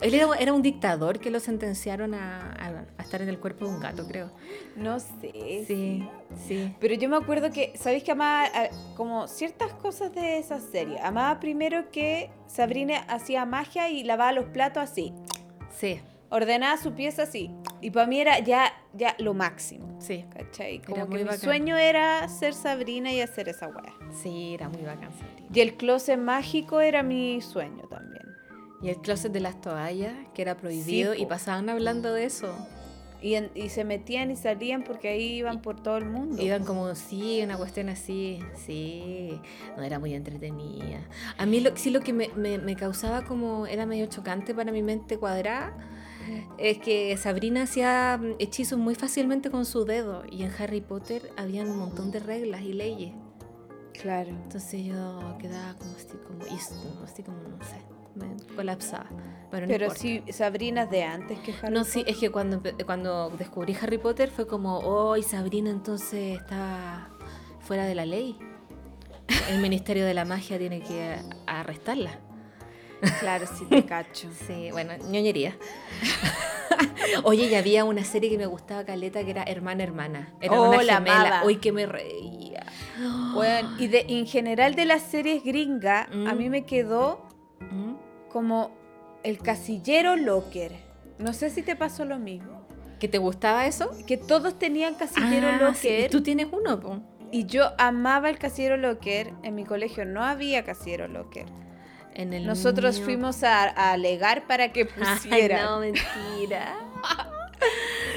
Speaker 1: Él era, era un dictador que lo sentenciaron a, a- a estar en el cuerpo de un gato, creo.
Speaker 2: No sé.
Speaker 1: Sí, sí.
Speaker 2: Pero yo me acuerdo que, ¿sabéis que amaba ah, como ciertas cosas de esa serie? Amaba primero que Sabrina hacía magia y lavaba los platos así.
Speaker 1: Sí,
Speaker 2: ordenaba su pieza así. Y para mí era ya, ya lo máximo.
Speaker 1: Sí.
Speaker 2: ¿Cachai?
Speaker 1: Era
Speaker 2: Como
Speaker 1: muy
Speaker 2: que mi
Speaker 1: bacán.
Speaker 2: sueño era ser Sabrina y hacer esa weá.
Speaker 1: Sí, era muy bacán. Sabrina.
Speaker 2: Y el closet mágico era mi sueño también.
Speaker 1: Y el closet de las toallas, que era prohibido,
Speaker 2: po.
Speaker 1: y pasaban hablando de eso.
Speaker 2: Y, en- y se metían y salían porque ahí iban por todo el mundo.
Speaker 1: Iban como, sí, una cuestión así, sí, no era muy entretenida. A mí lo, sí lo que me, me- me causaba como, era medio chocante para mi mente cuadrada, es que Sabrina hacía mm, hechizos muy fácilmente con su dedo y en Harry Potter había un montón de reglas y leyes.
Speaker 2: Claro.
Speaker 1: Entonces yo quedaba como así, como, y s- así como, no sé, me colapsaba. Pero, no
Speaker 2: Pero
Speaker 1: importa.
Speaker 2: sí, Sabrina es de antes que Harry
Speaker 1: No, sí, es que cuando, empe- cuando descubrí Harry Potter fue como, oh, y Sabrina entonces está fuera de la ley. El Ministerio de la Magia tiene que a- arrestarla.
Speaker 2: Potter. Claro, sí te cacho.
Speaker 1: Sí, bueno, ñoñería. Oye, y había una serie que me gustaba caleta que era Hermana Hermana. Era
Speaker 2: Oh,
Speaker 1: una
Speaker 2: la
Speaker 1: gemela.
Speaker 2: amaba.
Speaker 1: Uy, que me reía.
Speaker 2: Bueno, y de, en general de las series gringas, a mí
Speaker 1: Mm.
Speaker 2: me quedó
Speaker 1: ¿Mm?
Speaker 2: como el casillero Locker. No sé si te pasó lo mismo.
Speaker 1: ¿Que te gustaba eso?
Speaker 2: Que todos tenían casillero
Speaker 1: Ah, sí,
Speaker 2: Locker.
Speaker 1: Tú tienes uno, po?
Speaker 2: Y yo amaba el casillero Locker. En mi colegio no había casillero Locker.
Speaker 1: En el
Speaker 2: Nosotros
Speaker 1: mío-
Speaker 2: fuimos a, a alegar para que
Speaker 1: Ay,
Speaker 2: pusieran.
Speaker 1: no, mentira.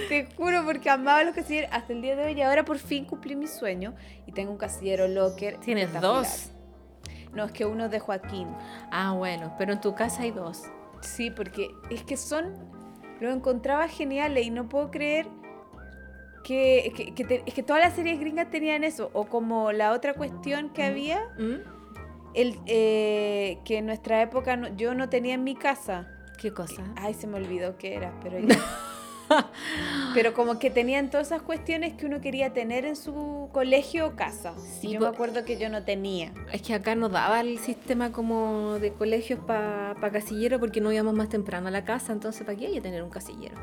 Speaker 2: Te juro, porque amaba los casilleros hasta el día de hoy. Y ahora por fin cumplí mi sueño. Y tengo un casillero Locker.
Speaker 1: Tienes
Speaker 2: espectacular.
Speaker 1: dos.
Speaker 2: No, es que uno es de Joaquín.
Speaker 1: Ah, bueno, pero en tu casa hay dos.
Speaker 2: Sí, porque es que son. Lo encontraba genial y no puedo creer que, que, que te- es que todas las series gringas tenían eso. O como la otra cuestión que había,
Speaker 1: ¿Mm?
Speaker 2: el, eh, que en nuestra época no- yo no tenía en mi casa.
Speaker 1: ¿Qué cosa?
Speaker 2: Ay, se me olvidó qué era, pero ya. Pero como que tenían todas esas cuestiones que uno quería tener en su colegio o casa.
Speaker 1: Sí,
Speaker 2: yo
Speaker 1: po-
Speaker 2: me acuerdo que yo no tenía.
Speaker 1: Es que acá no daba el sistema como de colegios para casillero porque no íbamos más temprano a la casa, entonces ¿para qué hay que tener un casillero?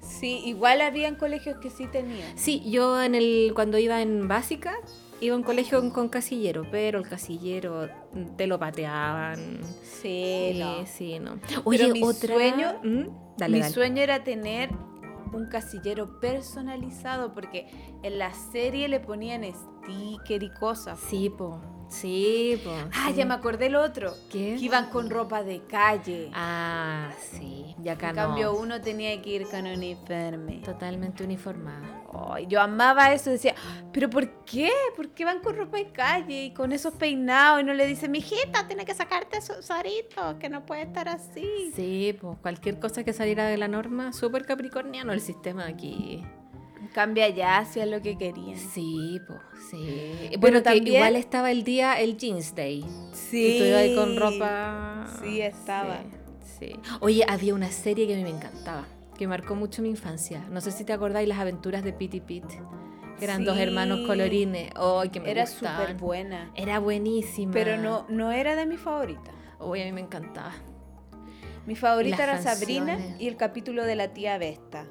Speaker 2: Sí, igual habían colegios que sí tenían.
Speaker 1: Sí, yo en el cuando iba en básica iba a un colegio con, con casillero, pero el casillero te lo pateaban.
Speaker 2: Sí, no.
Speaker 1: Eh, sí, no. Oye,
Speaker 2: mi
Speaker 1: otra-
Speaker 2: sueño-
Speaker 1: ¿Mm? Dale,
Speaker 2: Mi
Speaker 1: dale.
Speaker 2: sueño era tener un casillero personalizado porque en la serie le ponían sticker y cosas.
Speaker 1: Sí, po. Sí, po.
Speaker 2: Ah,
Speaker 1: sí.
Speaker 2: ya me acordé el otro.
Speaker 1: ¿Qué?
Speaker 2: Que iban con ropa de calle.
Speaker 1: Ah, sí. Y acá
Speaker 2: en cambio,
Speaker 1: no.
Speaker 2: uno tenía que ir con uniforme.
Speaker 1: Totalmente uniformada.
Speaker 2: Ay, yo amaba eso, decía, pero ¿por qué? ¿Por qué van con ropa de calle y con esos peinados? Y no le dicen, mijita, tienes que sacarte esos aritos, que no puede estar así.
Speaker 1: Sí, pues cualquier cosa que saliera de la norma, súper capricorniano el sistema aquí.
Speaker 2: Cambia ya, hacía lo que querían.
Speaker 1: Sí, pues, sí. Bueno,
Speaker 2: Bueno,
Speaker 1: que
Speaker 2: también-
Speaker 1: igual estaba el día, el Jeans Day.
Speaker 2: Sí.
Speaker 1: Y tú ibas ahí con ropa.
Speaker 2: Sí, estaba.
Speaker 1: Sí, sí. Oye, había una serie que a mí me encantaba, que marcó mucho mi infancia. No sé si te acordáis las aventuras de Pete y Pete, que eran dos
Speaker 2: Sí.
Speaker 1: hermanos colorines. Ay, que me
Speaker 2: Era
Speaker 1: gustaban.
Speaker 2: súper buena.
Speaker 1: Era buenísima.
Speaker 2: Pero no, no era de mi favorita.
Speaker 1: Uy, a mí me encantaba.
Speaker 2: Mi favorita era
Speaker 1: Las
Speaker 2: Sabrina
Speaker 1: canciones.
Speaker 2: y el capítulo de la tía Vesta.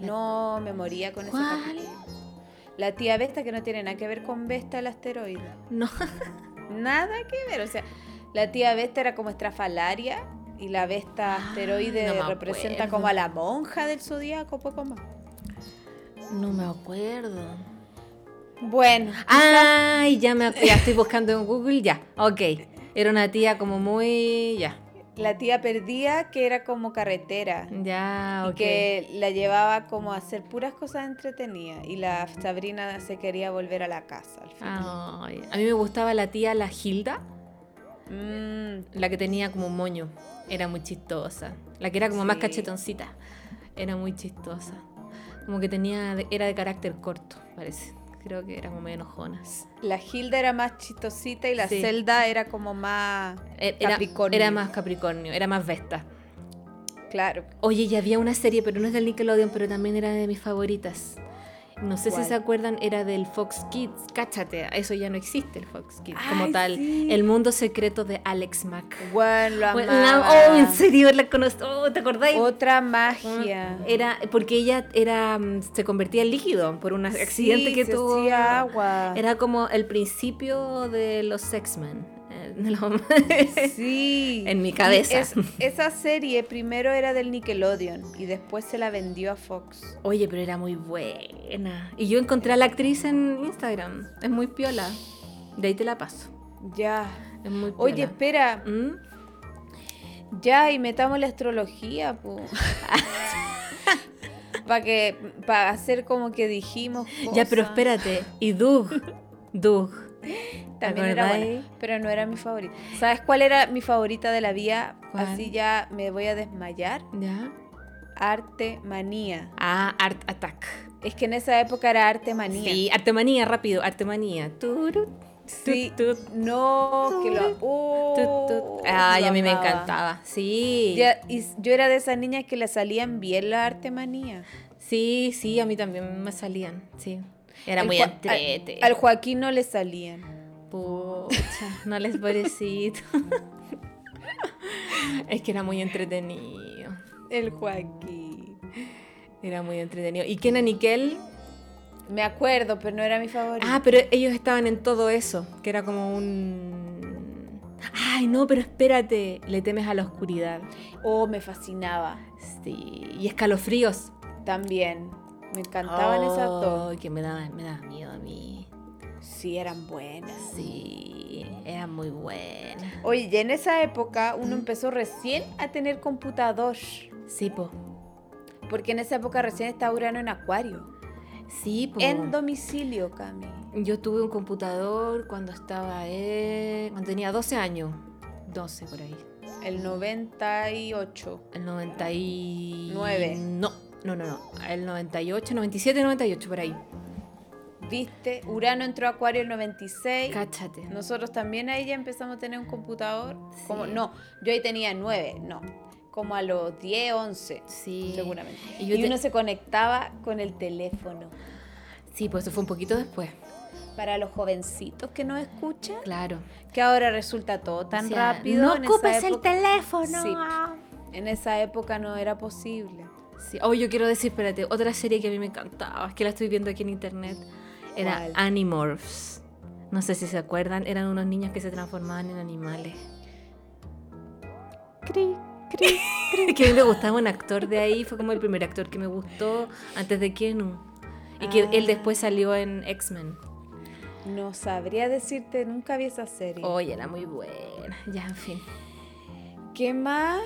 Speaker 1: La-
Speaker 2: No, me moría con
Speaker 1: ¿Cuál?
Speaker 2: ese capítulo. La tía Vesta que no tiene nada que ver con Vesta el asteroide.
Speaker 1: No.
Speaker 2: Nada que ver, o sea, la tía Vesta era como estrafalaria y la Vesta
Speaker 1: Ah,
Speaker 2: asteroide
Speaker 1: no me
Speaker 2: representa
Speaker 1: acuerdo.
Speaker 2: como a la monja del zodiaco, poco más.
Speaker 1: No me acuerdo.
Speaker 2: Bueno,
Speaker 1: Ay, ya me ac- ya estoy buscando en Google, ya. Ok. Era una tía como muy. Ya.
Speaker 2: la tía perdía que era como carretera.
Speaker 1: Ya, Ah, ok.
Speaker 2: Y que la llevaba como a hacer puras cosas entretenidas. Y la Sabrina se quería volver a la casa al
Speaker 1: Ah.
Speaker 2: final.
Speaker 1: Ay, a mí me gustaba la tía, la Gilda,
Speaker 2: Mm,
Speaker 1: la que tenía como un moño. Era muy chistosa. La que era como más
Speaker 2: Sí.
Speaker 1: cachetoncita. Era muy chistosa. Como que tenía. Era de carácter corto, parece. Creo que era como medio enojona.
Speaker 2: la Hilda era más chistosita y la
Speaker 1: Sí.
Speaker 2: Zelda era como más.
Speaker 1: E- Era,
Speaker 2: Capricornio.
Speaker 1: era más Capricornio, era más Vesta.
Speaker 2: Claro.
Speaker 1: Oye, y había una serie, pero no es del Nickelodeon, pero también era de mis favoritas. No sé
Speaker 2: ¿Cuál?
Speaker 1: si se acuerdan, era del Fox Kids. Cáchate, eso ya no existe el Fox Kids como
Speaker 2: Ay,
Speaker 1: tal.
Speaker 2: sí.
Speaker 1: El mundo secreto de Alex Mack.
Speaker 2: Bueno, lo
Speaker 1: Bueno,
Speaker 2: amaba.
Speaker 1: la- oh, en serio, Mm, la conozco. Oh, ¿Te acordáis?
Speaker 2: Otra magia.
Speaker 1: Era porque ella era mm, se convertía en líquido por un accidente
Speaker 2: Sí,
Speaker 1: que
Speaker 2: se
Speaker 1: tuvo.
Speaker 2: hacía agua.
Speaker 1: Era como el principio de los X-Men. Eh, de la mamá.
Speaker 2: Sí.
Speaker 1: En mi cabeza.
Speaker 2: Es- esa serie primero era del Nickelodeon y después se la vendió a Fox.
Speaker 1: Oye, pero era muy buena. Y yo encontré a la actriz en Instagram. Es muy piola. De ahí te la paso.
Speaker 2: Ya.
Speaker 1: Es muy piola.
Speaker 2: Oye, espera.
Speaker 1: ¿Mm?
Speaker 2: Ya, y metamos la astrología, Para que, para hacer como que dijimos
Speaker 1: Ya, pero
Speaker 2: cosas.
Speaker 1: espérate. Y Doug. Doug. ¿Te
Speaker 2: También era
Speaker 1: acordáis?
Speaker 2: buena, pero no era mi favorita. ¿Sabes cuál era mi favorita de la vía?
Speaker 1: ¿Cuál?
Speaker 2: Así ya me voy a desmayar.
Speaker 1: ¿Ya?
Speaker 2: Arte manía.
Speaker 1: Ah, Art Attack.
Speaker 2: Es que en esa época era arte manía.
Speaker 1: Sí, Artemanía, rápido, Artemanía. Turut,
Speaker 2: Sí.
Speaker 1: tut, tut,
Speaker 2: No, que lo.
Speaker 1: tut,
Speaker 2: Oh,
Speaker 1: tut. Ay,
Speaker 2: lo
Speaker 1: a mí me
Speaker 2: amaba.
Speaker 1: encantaba. Sí.
Speaker 2: Ya, y s- yo era de esas niñas que le salían bien la arte manía.
Speaker 1: Sí, sí, a mí también me salían. Sí. Era
Speaker 2: El
Speaker 1: muy
Speaker 2: Ju-
Speaker 1: entrete.
Speaker 2: Al, al Joaquín no le salían.
Speaker 1: Pucha, no les pobrecito. es que era muy entretenido.
Speaker 2: El Joaquín.
Speaker 1: Era muy entretenido. ¿Y Kenan y Kel?
Speaker 2: Me acuerdo, pero no era mi favorito.
Speaker 1: Ah, pero ellos estaban en todo eso, que era como un... Ay, no, pero espérate, le temes a la oscuridad.
Speaker 2: Oh, me fascinaba.
Speaker 1: Sí, y escalofríos.
Speaker 2: También. Me encantaban esas dos.
Speaker 1: Ay, que me daba, me daba miedo a mí.
Speaker 2: Sí, eran buenas.
Speaker 1: Sí, era muy buena.
Speaker 2: Oye, y en esa época uno empezó recién a tener computador.
Speaker 1: Sí, po.
Speaker 2: Porque en esa época recién estaba Urano en Acuario.
Speaker 1: Sí, po.
Speaker 2: En domicilio, Cami.
Speaker 1: Yo tuve un computador cuando estaba eh, cuando tenía 12 años. 12 por ahí.
Speaker 2: El 98.
Speaker 1: El 99.
Speaker 2: Nueve.
Speaker 1: No, no, no, no. El 98, 97, 98 por ahí.
Speaker 2: ¿Viste? Urano entró a Acuario el 96.
Speaker 1: Cáchate.
Speaker 2: Nosotros también ahí ya empezamos a tener un computador.
Speaker 1: Sí.
Speaker 2: Como, no, yo ahí tenía 9, no. Como a los 10, 11.
Speaker 1: Sí.
Speaker 2: Seguramente.
Speaker 1: Y
Speaker 2: Y,
Speaker 1: yo te-
Speaker 2: uno se conectaba con el teléfono.
Speaker 1: Sí, pues eso fue un poquito después.
Speaker 2: Para los jovencitos que no escuchan,
Speaker 1: Claro.
Speaker 2: que ahora resulta todo tan
Speaker 1: O sea,
Speaker 2: rápido.
Speaker 1: No
Speaker 2: en
Speaker 1: ocupes
Speaker 2: esa
Speaker 1: el
Speaker 2: época-
Speaker 1: teléfono.
Speaker 2: Sí, En esa época no era posible.
Speaker 1: Sí. Oh, yo quiero decir, espérate, otra serie que a mí me encantaba, es que la estoy viendo aquí en internet, era
Speaker 2: ¿Cuál?
Speaker 1: Animorphs. No sé si se acuerdan, eran unos niños que se transformaban en animales. que a mí me gustaba un actor de ahí, fue como el primer actor que me gustó antes de Kenu. Y que él
Speaker 2: Ah.
Speaker 1: después salió en X-Men.
Speaker 2: No sabría decirte, nunca vi esa serie.
Speaker 1: Oye, era muy buena. Ya, en fin.
Speaker 2: ¿Qué más?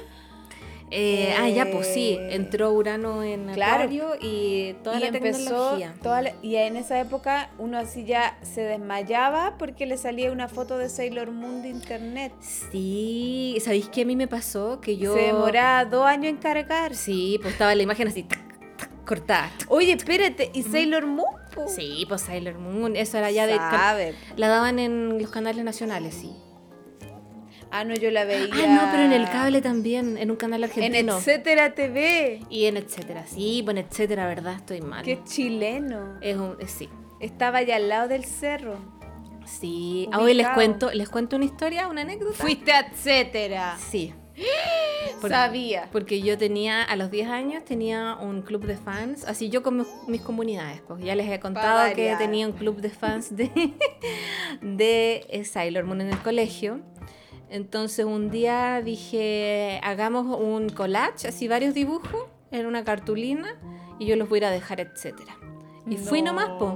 Speaker 1: Eh, Ah, ya, pues sí.
Speaker 2: Eh.
Speaker 1: Entró Urano en
Speaker 2: Claro.
Speaker 1: Acuario y toda
Speaker 2: y
Speaker 1: la
Speaker 2: empezó
Speaker 1: tecnología.
Speaker 2: toda la- y en esa época uno así ya se desmayaba porque le salía una foto de Sailor Moon de internet.
Speaker 1: Sí, ¿sabéis qué a mí me pasó? Que yo...
Speaker 2: Se demoraba dos años en cargarse.
Speaker 1: Sí, pues estaba la imagen así, tac, tac, cortada. tac.
Speaker 2: Oye, espérate, ¿y Sailor Moon? po?
Speaker 1: Sí, pues Sailor Moon, eso era ya de...
Speaker 2: Sabe.
Speaker 1: La daban en los canales nacionales, sí.
Speaker 2: Ah, no, yo la veía.
Speaker 1: Ah, no, pero en el cable también, en un canal
Speaker 2: En
Speaker 1: argentino.
Speaker 2: Etcétera TV.
Speaker 1: y en etcétera, sí, pues en etcétera, ¿verdad? Estoy mal.
Speaker 2: Que es chileno.
Speaker 1: Es un... eh, Sí,
Speaker 2: Estaba allá al lado del cerro.
Speaker 1: sí. Ah, hoy les
Speaker 2: Ubicado.
Speaker 1: cuento, les cuento una historia, una anécdota.
Speaker 2: Fuiste a Etcétera.
Speaker 1: Sí. Por-
Speaker 2: Sabía.
Speaker 1: Porque yo tenía, a los 10 años, tenía un club de fans, así yo con mis, mis comunidades, pues ya les he contado que
Speaker 2: variar.
Speaker 1: tenía un club de fans de, de eh, Sailor Moon en el colegio. Entonces un día dije, hagamos un collage, así varios dibujos en una cartulina y yo los voy a ir a dejar, etcétera. Y fui nomás, pues.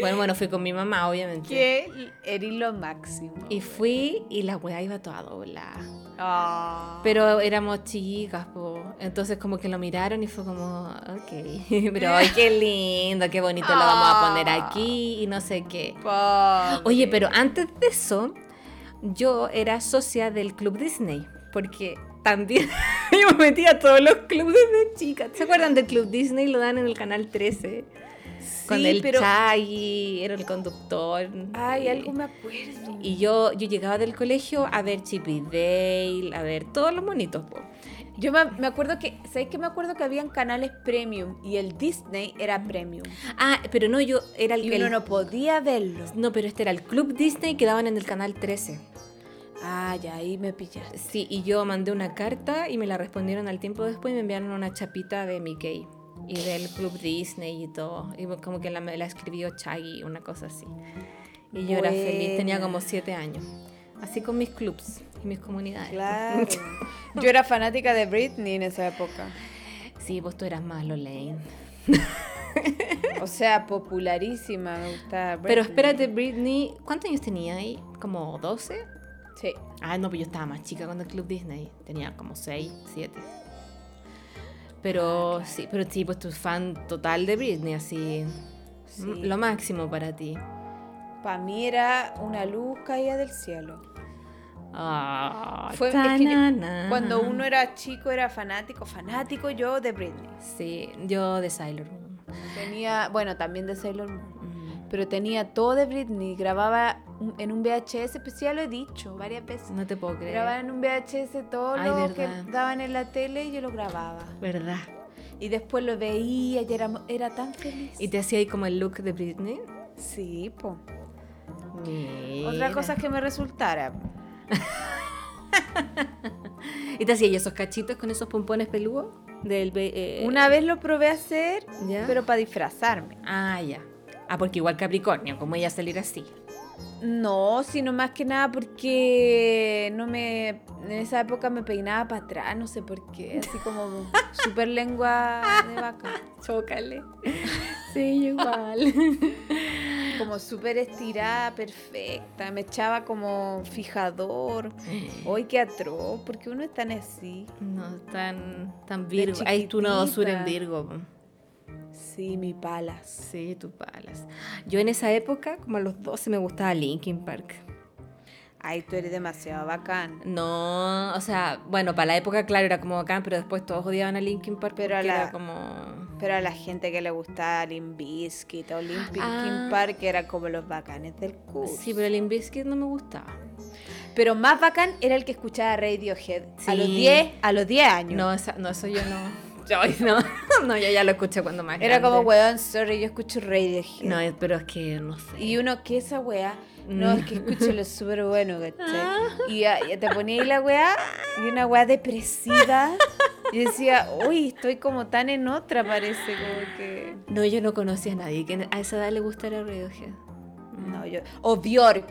Speaker 1: Bueno, bueno, fui con mi mamá, obviamente.
Speaker 2: Que eres lo máximo.
Speaker 1: Y fui y la weá iba toda doblada.
Speaker 2: Ah.
Speaker 1: Pero éramos chicas, po. entonces como que lo miraron y fue como, ok, pero ay, qué lindo, qué bonito lo vamos a poner aquí y no sé qué.
Speaker 2: Pobre.
Speaker 1: Oye, pero antes de eso, yo era socia del Club Disney, porque también yo me metía a todos los clubes de chicas. ¿Se acuerdan del Club Disney? Lo dan en el Canal 13,
Speaker 2: Sí,
Speaker 1: cuando el
Speaker 2: pero-
Speaker 1: Chagui era el conductor.
Speaker 2: Ay,
Speaker 1: Y-
Speaker 2: algo me acuerdo.
Speaker 1: y yo, yo llegaba del colegio a ver Chip y Dale, a ver todos los monitos. po.
Speaker 2: Yo me, me acuerdo que, ¿sabéis que me acuerdo que habían canales premium y el Disney era premium?
Speaker 1: Ah, pero no, yo era el,
Speaker 2: Y uno
Speaker 1: el-
Speaker 2: no podía verlo.
Speaker 1: no, pero este era el Club Disney que daban en el canal 13.
Speaker 2: Ah, ya ahí me pillaste.
Speaker 1: Sí, y yo mandé una carta y me la respondieron al tiempo después y me enviaron una chapita de Mickey y del Club Disney y todo. Y como que la, me la escribió Chaggy, una cosa así. Y yo era feliz, tenía
Speaker 2: Buena.
Speaker 1: como siete años. Así con mis clubs y mis comunidades.
Speaker 2: Claro. Yo era fanática de Britney en esa época.
Speaker 1: Sí, vos tú eras más Lane.
Speaker 2: O sea, popularísima, me gusta Britney.
Speaker 1: Pero espérate, Britney, ¿cuántos años tenía ahí? ¿Como 12?
Speaker 2: Sí.
Speaker 1: Ah, no, pero yo estaba más chica cuando el Club Disney. Tenía como 6, 7. Pero sí, pero sí, pues tu fan total de Britney, así.
Speaker 2: Sí.
Speaker 1: Mm, Lo máximo para ti.
Speaker 2: Para mí era una luz caída del cielo.
Speaker 1: Ah,
Speaker 2: Fue, es que yo-
Speaker 1: tanana.
Speaker 2: cuando uno era chico era fanático, fanático yo de Britney.
Speaker 1: Sí, yo de Sailor Moon.
Speaker 2: Tenía, bueno, también de Sailor Moon.
Speaker 1: Mm,
Speaker 2: Pero tenía todo de Britney. Grababa un- en un VHS, pues ya lo he dicho varias veces.
Speaker 1: No te puedo creer.
Speaker 2: Grababa en un VHS todo
Speaker 1: Ay,
Speaker 2: lo
Speaker 1: verdad.
Speaker 2: que daban en la tele y yo lo grababa.
Speaker 1: ¿Verdad?
Speaker 2: Y después lo veía y era, era tan feliz.
Speaker 1: ¿Y te hacía ahí como el look de Britney?
Speaker 2: Sí, po.
Speaker 1: Mira.
Speaker 2: Otra cosa es que me resultara.
Speaker 1: ¿Y te hacía ahí esos cachitos con esos pompones peludos? Del be- eh,
Speaker 2: Una vez lo probé a hacer,
Speaker 1: ¿Ya?
Speaker 2: pero para disfrazarme.
Speaker 1: Ah, ya. Ah, porque igual Capricornio, como ella salir así.
Speaker 2: No, sino más que nada porque no me. En esa época me peinaba para atrás, no sé por qué. Así como super lengua de vaca.
Speaker 1: Chócale. Sí, igual.
Speaker 2: Como súper estirada, perfecta. Me echaba como fijador. Hoy qué atroz, porque uno es tan así.
Speaker 1: No, tan, tan Virgo. Ahí tú
Speaker 2: chiquitita.
Speaker 1: no sur en Virgo. po.
Speaker 2: Sí, mi palas.
Speaker 1: Sí, tú palas. Yo en esa época, como a los 12, me gustaba Linkin Park.
Speaker 2: Ay, tú eres demasiado bacán.
Speaker 1: No, o sea, bueno, para la época, claro, era como bacán, pero después todos odiaban a Linkin Park
Speaker 2: Pero a
Speaker 1: porque
Speaker 2: la-
Speaker 1: era como...
Speaker 2: Pero a la gente que le gustaba Limp Bizkit o Limp
Speaker 1: Ah.
Speaker 2: Linkin Park eran como los bacanes del curso.
Speaker 1: Sí, pero el Inviskid no me gustaba.
Speaker 2: Pero más bacán era el que escuchaba Radiohead. A los
Speaker 1: Sí.
Speaker 2: 10, a los 10 años.
Speaker 1: No, esa- no, eso yo no. Yo no. No, yo ya lo escuché cuando más
Speaker 2: era como,
Speaker 1: grande.
Speaker 2: weón, sorry, yo escucho Radiohead.
Speaker 1: No, es- pero es que no sé.
Speaker 2: Y uno, ¿qué esa weá? No, es que
Speaker 1: Mm.
Speaker 2: escucho lo súper bueno, ¿cachai? Y ah, ya te ponía ahí la weá y una weá depresiva. Y decía, uy, estoy como tan en otra, parece, como que.
Speaker 1: No, yo no conocía a nadie que a esa edad le gustara Radiohead.
Speaker 2: No, yo. O Bjork.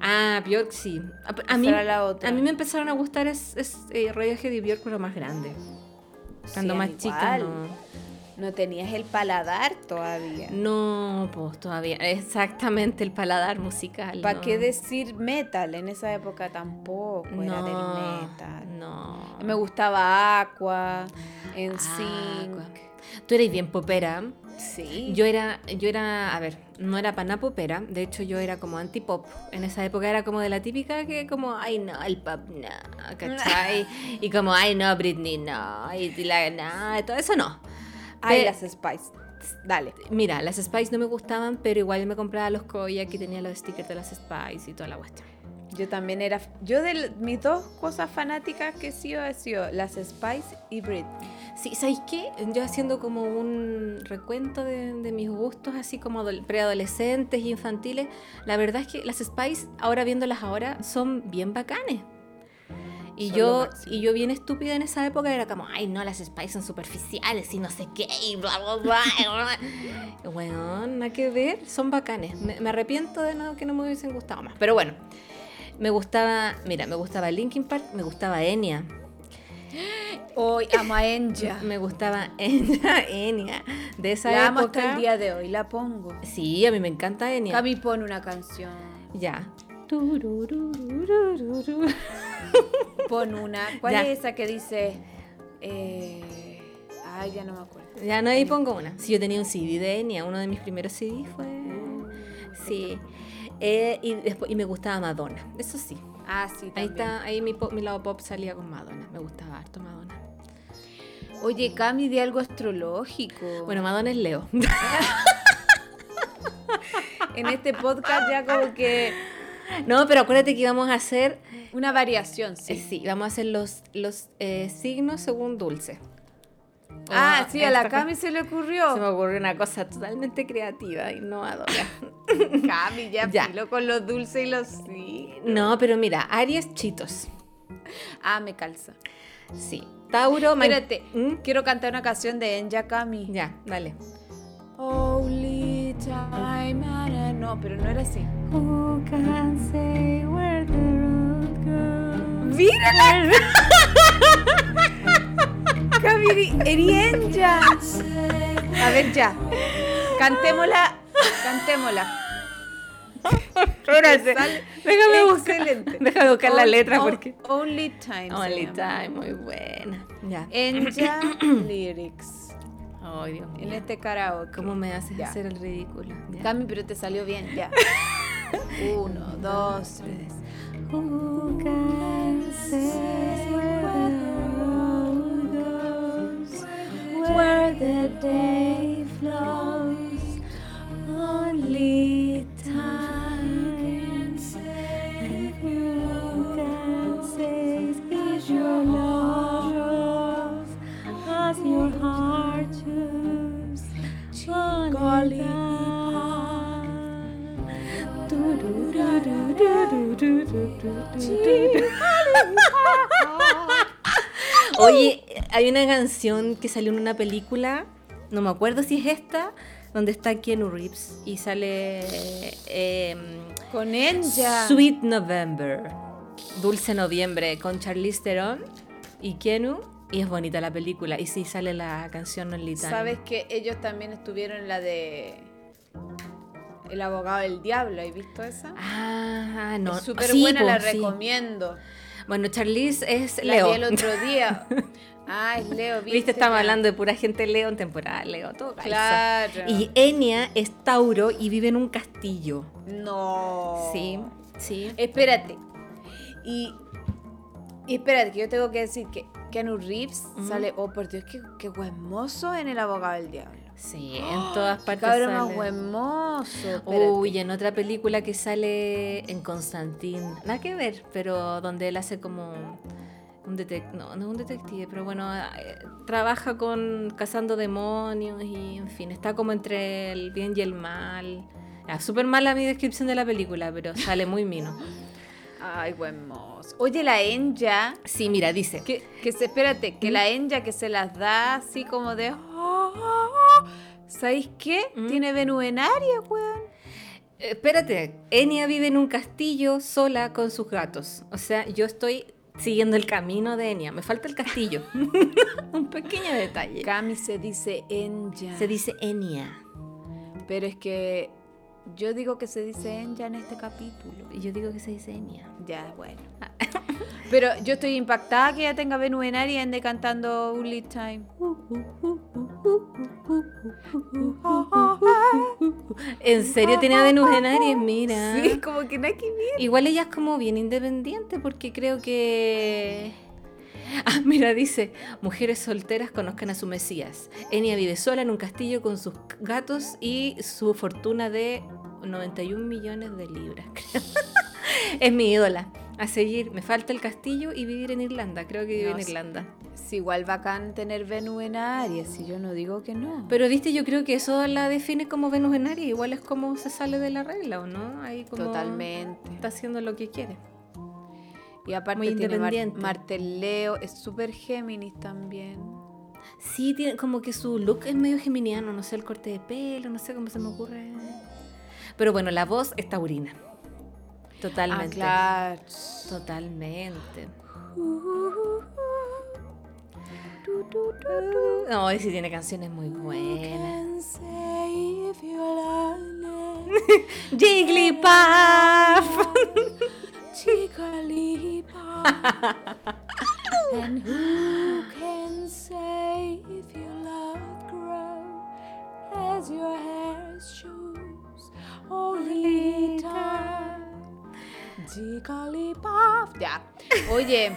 Speaker 1: Ah, Björk sí. A, a
Speaker 2: esa
Speaker 1: mí,
Speaker 2: era la otra.
Speaker 1: a mí me empezaron a gustar es, es, eh, Radiohead y Björk, pero más grande. Cuando
Speaker 2: Sí,
Speaker 1: más
Speaker 2: igual.
Speaker 1: chica, no.
Speaker 2: No tenías el paladar todavía.
Speaker 1: No, pues todavía. Exactamente el paladar musical.
Speaker 2: ¿Para
Speaker 1: no.
Speaker 2: qué decir metal? En esa época tampoco era del
Speaker 1: No,
Speaker 2: metal.
Speaker 1: No.
Speaker 2: Me gustaba Aqua, en
Speaker 1: Aqua. Tú eres bien popera.
Speaker 2: Sí.
Speaker 1: Yo era, yo era, a ver, no era pana popera, de hecho yo era como anti-pop. En esa época era como de la típica que como, ay no, el pop no, ¿cachai? y como, ay no, Britney no, y la no, y todo eso no.
Speaker 2: Ay,
Speaker 1: Pe-
Speaker 2: las Spice. Dale.
Speaker 1: Mira, las Spice no me gustaban, pero igual me compraba los Koyak y tenía los stickers de las Spice y toda la cuestión.
Speaker 2: Yo también era. Yo de l- mis dos cosas fanáticas que he sido, he sido las Spice y Britney.
Speaker 1: Sí, ¿sabéis qué? Yo haciendo como un recuento de, de mis gustos, así como adol- preadolescentes, infantiles, la verdad es que las Spice, ahora viéndolas ahora, son bien bacanes. Y
Speaker 2: Son lo
Speaker 1: yo,
Speaker 2: máximo.
Speaker 1: y yo bien estúpida en esa época era como, ay no, las Spice son superficiales y no sé qué, y bla, bla, bla. y bla". bueno, nada que ver, son bacanes. Me, me arrepiento de no, que no me hubiesen gustado más. Pero bueno, me gustaba, mira, me gustaba Linkin Park, me gustaba Enya.
Speaker 2: Hoy amo a Enya.
Speaker 1: Me gustaba Enya, Enya, de esa
Speaker 2: La amo
Speaker 1: época.
Speaker 2: hasta el día de hoy, la pongo.
Speaker 1: Sí, a mí me encanta Enya.
Speaker 2: Cami pone una canción.
Speaker 1: Ya. Tururururururu.
Speaker 2: Pon una. ¿Cuál
Speaker 1: Ya.
Speaker 2: es esa que dice? Eh, ay, ya no me acuerdo.
Speaker 1: Ya no ahí pongo una. Sí, yo tenía un CD de Enya, uno de mis primeros CD fue. Sí. Eh, y después y me gustaba Madonna. Eso sí.
Speaker 2: Ah, sí,
Speaker 1: Ahí
Speaker 2: también.
Speaker 1: está, ahí mi, pop- mi lado pop salía con Madonna. Me gustaba harto Madonna.
Speaker 2: Oye, Cami, de algo astrológico.
Speaker 1: Bueno, Madonna es Leo.
Speaker 2: en este podcast ya como que
Speaker 1: No, pero acuérdate que íbamos a hacer.
Speaker 2: una variación,
Speaker 1: eh,
Speaker 2: sí.
Speaker 1: Sí, vamos a hacer los, los eh, signos según dulce.
Speaker 2: Ah, sí, a la
Speaker 1: Esta cosa-
Speaker 2: Cami se le
Speaker 1: Se me
Speaker 2: ocurrió.
Speaker 1: ocurrió una cosa totalmente creativa, innovadora.
Speaker 2: Cami, ya,
Speaker 1: Ya.
Speaker 2: filo con los dulces y los sí.
Speaker 1: No, pero mira, Aries chitos.
Speaker 2: Ah, me calza.
Speaker 1: Sí. Tauro, man-
Speaker 2: Espérate,
Speaker 1: ¿Mm?
Speaker 2: quiero cantar una canción de Enya Cami.
Speaker 1: Ya, dale.
Speaker 2: Holy time, I don't- no, pero no era así.
Speaker 1: Who can say where the ¡Mírala!
Speaker 2: Camiri, Erienja. A ver ya. Cantémosla. Cantémosla.
Speaker 1: Espérate.
Speaker 2: Sale-
Speaker 1: Déjame buscar.
Speaker 2: Excelente.
Speaker 1: Déjame buscar la
Speaker 2: On-
Speaker 1: letra
Speaker 2: on-
Speaker 1: porque.
Speaker 2: Only Time. se
Speaker 1: Only
Speaker 2: llama.
Speaker 1: Time, muy buena. Ya.
Speaker 2: Enja Lyrics.
Speaker 1: Ay, Dios mío.
Speaker 2: En este karaoke.
Speaker 1: ¿Cómo me haces
Speaker 2: Ya.
Speaker 1: hacer el ridículo? Ya.
Speaker 2: Cami, pero te salió bien, ya. Uno, dos, tres.
Speaker 1: Who can say where the road goes, where the day flows? Only time can say, who can say is your love as your heart choose? Only time. Oye, hay una canción que salió en una película, no me acuerdo si es esta, donde está Keanu Reeves y sale em,
Speaker 2: Con Enja.
Speaker 1: Sweet November, Dulce Noviembre, con Charlize Theron y Keanu, y es bonita la película, y sí sale la canción en Litania.
Speaker 2: Sabes que ellos también estuvieron en la de El abogado del diablo. ¿Has visto esa?
Speaker 1: Ah, no.
Speaker 2: es súper
Speaker 1: Sí,
Speaker 2: buena,
Speaker 1: po,
Speaker 2: la
Speaker 1: sí.
Speaker 2: recomiendo.
Speaker 1: Bueno, Charlize es
Speaker 2: La
Speaker 1: Leo.
Speaker 2: vi el otro día. Ah, es Leo. ¿viste?
Speaker 1: Viste, estamos
Speaker 2: Ya.
Speaker 1: hablando de pura gente Leo en temporada Leo, todo calza.
Speaker 2: Claro.
Speaker 1: Y Enya es Tauro y vive en un castillo.
Speaker 2: No.
Speaker 1: Sí, sí.
Speaker 2: Espérate. Y, y espérate, que yo tengo que decir que Keanu Reeves sale, oh por Dios, qué, qué buen mozo en El Abogado del Diablo.
Speaker 1: Sí, en todas partes.
Speaker 2: Cabrón más
Speaker 1: sale.
Speaker 2: buen mozo. espérate.
Speaker 1: Uy, en otra película que sale en Constantín. Nada que ver, pero donde él hace como un detective. No, no es un detective, pero bueno, eh, trabaja con cazando demonios y en fin, está como entre el bien y el mal. Ah, Súper mala mi descripción de la película, pero sale muy mino.
Speaker 2: Ay, buen mozo. Oye, la Enja,
Speaker 1: Sí, mira, dice.
Speaker 2: que, que se, espérate,
Speaker 1: ¿Mm?
Speaker 2: que la Enja que se las da así como de... "Ah, ¿Sabéis qué?
Speaker 1: ¿Mm?
Speaker 2: Tiene venuenaria, weón.
Speaker 1: Eh, Espérate, Enya vive en un castillo sola con sus gatos. O sea, yo estoy siguiendo el camino de Enya. Me falta el castillo. un pequeño detalle.
Speaker 2: Cami se dice Enja.
Speaker 1: Se dice Enya.
Speaker 2: Pero es que yo digo que se dice Enja en este capítulo.
Speaker 1: Yo digo que se dice Enya.
Speaker 2: Ya, bueno. Pero yo estoy impactada que ella tenga venuenaria y ande cantando Only Time.
Speaker 1: ¿En serio tenía Venus en Aries? Mira.
Speaker 2: Sí, como que no hay que mirar.
Speaker 1: Igual ella es como bien independiente porque creo que... Ah, mira, dice, mujeres solteras conozcan a su Mesías. Enya vive sola en un castillo con sus gatos y su fortuna de 91 millones de libras, creo. es mi ídola. A seguir, me falta el castillo y vivir en Irlanda. Creo que vive
Speaker 2: No
Speaker 1: en
Speaker 2: sé.
Speaker 1: Irlanda.
Speaker 2: Sí, igual bacán tener venuenaria, si yo no digo que no.
Speaker 1: Pero viste, yo creo que eso la define como Venus en Aries. Igual es como se sale de la regla, ¿o no? Ahí como
Speaker 2: Totalmente.
Speaker 1: Está haciendo lo que quiere.
Speaker 2: Y aparte
Speaker 1: Muy
Speaker 2: tiene mar-
Speaker 1: independiente.
Speaker 2: marteleo, es súper Géminis también.
Speaker 1: Sí, tiene como que su look es medio geminiano, no sé, el corte de pelo, no sé cómo se me ocurre. Pero bueno, la voz es taurina. Totalmente.
Speaker 2: Ah, claro.
Speaker 1: Totalmente. No, y sí tiene canciones muy buenas. Jigglypuff.
Speaker 2: Ya. Oye,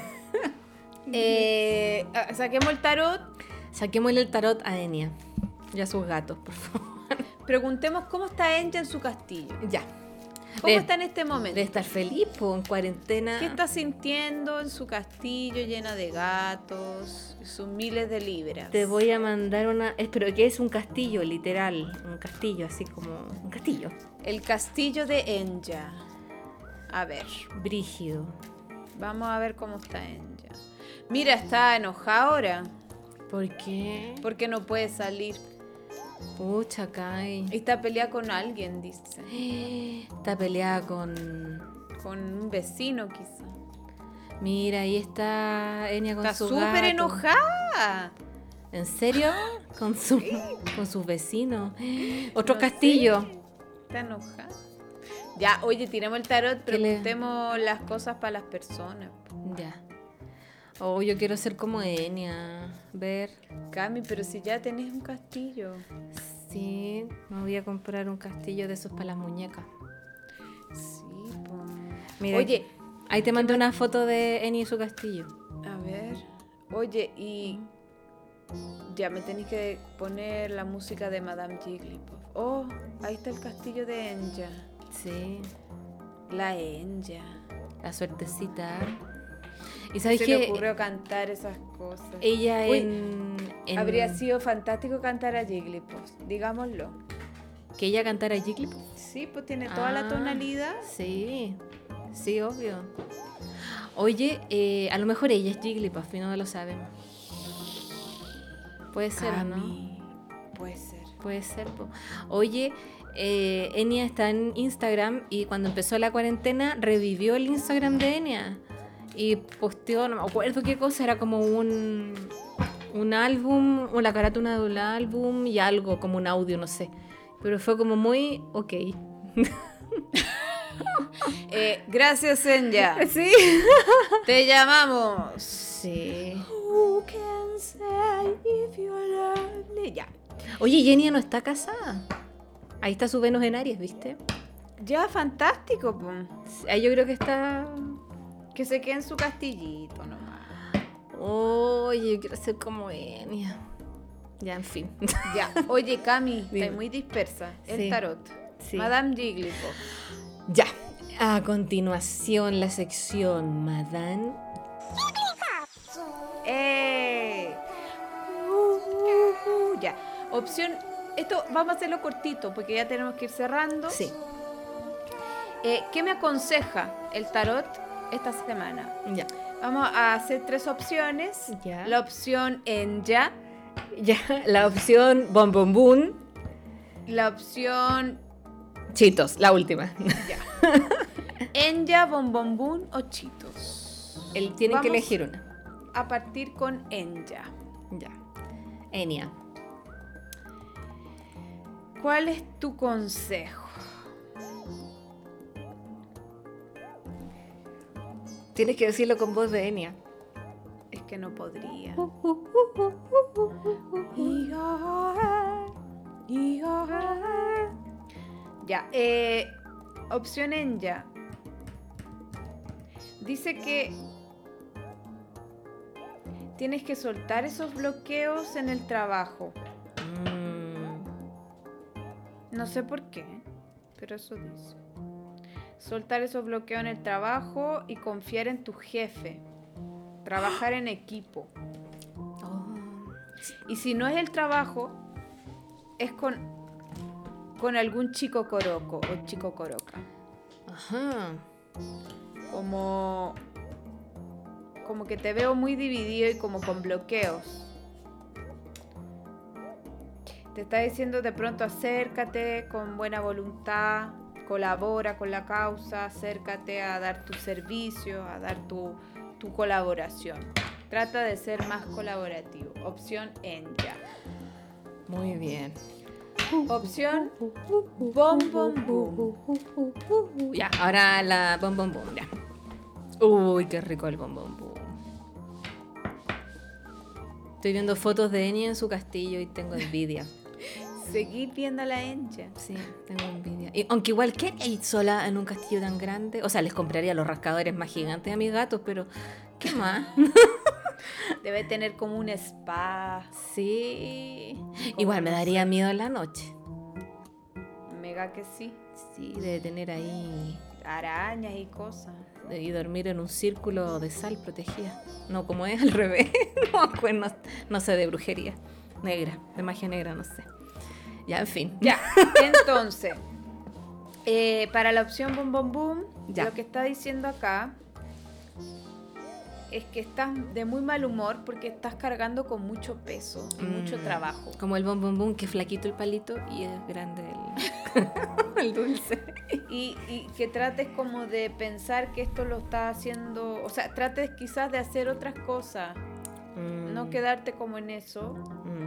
Speaker 2: eh, ah, saquemos el tarot,
Speaker 1: Saquémosle el tarot a Enya y a sus gatos, por favor.
Speaker 2: preguntemos cómo está Enja en su castillo.
Speaker 1: Ya.
Speaker 2: ¿Cómo
Speaker 1: De-
Speaker 2: está en este
Speaker 1: De
Speaker 2: momento?
Speaker 1: estar feliz, po, en cuarentena.
Speaker 2: ¿Qué está sintiendo en su castillo llena de gatos, y sus miles de libras?
Speaker 1: Te voy a mandar una. Es, pero que es un castillo, literal. Un castillo, así como. Un castillo.
Speaker 2: El castillo de Enja. A ver,
Speaker 1: Brígido.
Speaker 2: vamos a ver cómo está Enja. Mira, está enojada ahora
Speaker 1: ¿Por qué?
Speaker 2: porque no puede salir.
Speaker 1: Pucha, Kai.
Speaker 2: Está pelea con alguien, dice.
Speaker 1: Está peleada con.
Speaker 2: Con un vecino quizá.
Speaker 1: Mira, ahí está Enya con
Speaker 2: Está
Speaker 1: su
Speaker 2: súper
Speaker 1: gato.
Speaker 2: enojada.
Speaker 1: ¿En serio? Con, su, con sus vecinos. Otro
Speaker 2: No sé.
Speaker 1: castillo.
Speaker 2: Está enojada. Ya, oye, tiremos el tarot,
Speaker 1: ¿Qué le-
Speaker 2: preguntemos las cosas para las personas.
Speaker 1: Ya. Oh, yo quiero ser como Enya. Ver.
Speaker 2: Cami, pero si ya tenés un castillo.
Speaker 1: Sí, me voy a comprar un castillo de esos para las muñecas.
Speaker 2: Sí, po.
Speaker 1: Mira,
Speaker 2: Oye,
Speaker 1: Ahí te mandé una foto de Enya y su castillo.
Speaker 2: a ver. Oye, y. Ya me tenés que poner la música de Madame Jigglypuff. Oh, ahí está el castillo de Enya.
Speaker 1: Sí,
Speaker 2: La Enya.
Speaker 1: la suertecita. ¿Y
Speaker 2: Se
Speaker 1: sabes
Speaker 2: le
Speaker 1: qué?
Speaker 2: ocurrió cantar esas cosas.
Speaker 1: Ella
Speaker 2: Uy,
Speaker 1: en, en-
Speaker 2: Habría sido fantástico cantar a Jigglypuff, digámoslo.
Speaker 1: Que ella cantara Jigglypuff.
Speaker 2: Sí, pues tiene toda la
Speaker 1: Ah.
Speaker 2: tonalidad.
Speaker 1: Sí, sí, obvio. Oye, eh, a lo mejor ella es Jigglypuff y no lo sabemos. Puede ser, ¿o ¿no?
Speaker 2: Cami, Puede ser.
Speaker 1: Puede ser. po. Oye, eh, Enya está en Instagram y cuando empezó la cuarentena revivió el Instagram de Enya y posteó, no me acuerdo qué cosa, era como un, un álbum, o la carátula de un álbum y algo, como un audio, no sé. Pero fue como muy ok.
Speaker 2: Eh, gracias, Enya.
Speaker 1: Sí.
Speaker 2: Te llamamos.
Speaker 1: Sí.
Speaker 2: Who can say if you're lonely? Ya.
Speaker 1: Oye, Jenny no está casada. Ahí está su Venus en Aries, ¿viste?
Speaker 2: Ya, fantástico, pum.
Speaker 1: Ahí yo creo que está.
Speaker 2: Que se quede en su castillito nomás.
Speaker 1: Oye, yo quiero ser como Enya. Ya, en fin.
Speaker 2: Ya. Oye, Cami,
Speaker 1: Dime.
Speaker 2: estás muy dispersa. El
Speaker 1: Sí.
Speaker 2: tarot.
Speaker 1: Sí.
Speaker 2: Madame Jigglypuff.
Speaker 1: Ya. A continuación, la sección Madame.
Speaker 2: ¡Eh! Uh, uh, ya. Opción. Esto vamos a hacerlo cortito porque ya tenemos que ir cerrando.
Speaker 1: Sí.
Speaker 2: Eh, ¿Qué me aconseja el tarot esta semana?
Speaker 1: Ya.
Speaker 2: Vamos a hacer tres opciones.
Speaker 1: Ya.
Speaker 2: La opción en ya,
Speaker 1: Ya. La opción Bon Bon Boom.
Speaker 2: la opción
Speaker 1: Chitos, la última.
Speaker 2: en ya, bon bon bun o chitos.
Speaker 1: Él tiene
Speaker 2: Vamos
Speaker 1: que elegir una.
Speaker 2: A partir con en ya.
Speaker 1: Ya. Enya.
Speaker 2: ¿Cuál es tu consejo?
Speaker 1: Tienes que decirlo con voz de Enya.
Speaker 2: Es que no podría. Ya, eh, opción en ya. Dice que tienes que soltar esos bloqueos en el trabajo.
Speaker 1: Mm,
Speaker 2: No sé por qué, pero eso dice. Soltar esos bloqueos en el trabajo y confiar en tu jefe. Trabajar en equipo.
Speaker 1: oh.
Speaker 2: Y si no es el trabajo, es con, con algún chico coroco o chico coroca.
Speaker 1: Ajá.
Speaker 2: Como, como que te veo muy dividido y como con bloqueos. Te está diciendo de pronto acércate con buena voluntad, colabora con la causa, acércate a dar tu servicio, a dar tu, tu colaboración. Trata de ser más colaborativo. Opción en ya.
Speaker 1: Muy bien.
Speaker 2: Opción bom bom bom.
Speaker 1: Ya, ahora la bom bom bom, ya. Uy, qué rico el bom bom bom. Estoy viendo fotos de Enya en su castillo y tengo envidia.
Speaker 2: Seguí viendo la encha.
Speaker 1: Sí, tengo envidia. Y aunque igual que ir sola en un castillo tan grande, o sea, les compraría los rascadores más gigantes a mis gatos, pero ¿qué más?
Speaker 2: Debe tener como un spa.
Speaker 1: Sí. Oh, Igual me daría miedo en la noche.
Speaker 2: Mega que sí.
Speaker 1: Sí, de tener ahí
Speaker 2: Arañas y cosas.
Speaker 1: y dormir en un círculo de sal protegida. No, como es al revés. No, pues no, no sé, de brujería negra, de magia negra, no sé. Ya, en fin.
Speaker 2: Ya. Entonces, eh, para la opción boom boom boom,
Speaker 1: Ya.
Speaker 2: lo que está diciendo acá es que estás de muy mal humor porque estás cargando con mucho peso y mucho
Speaker 1: Mm,
Speaker 2: trabajo.
Speaker 1: Como el bombón boom, que es flaquito el palito y es grande el, el dulce.
Speaker 2: Y, y que trates como de pensar que esto lo estás haciendo, o sea, trates quizás de hacer otras cosas, no
Speaker 1: Mm,
Speaker 2: quedarte como en eso.
Speaker 1: mm.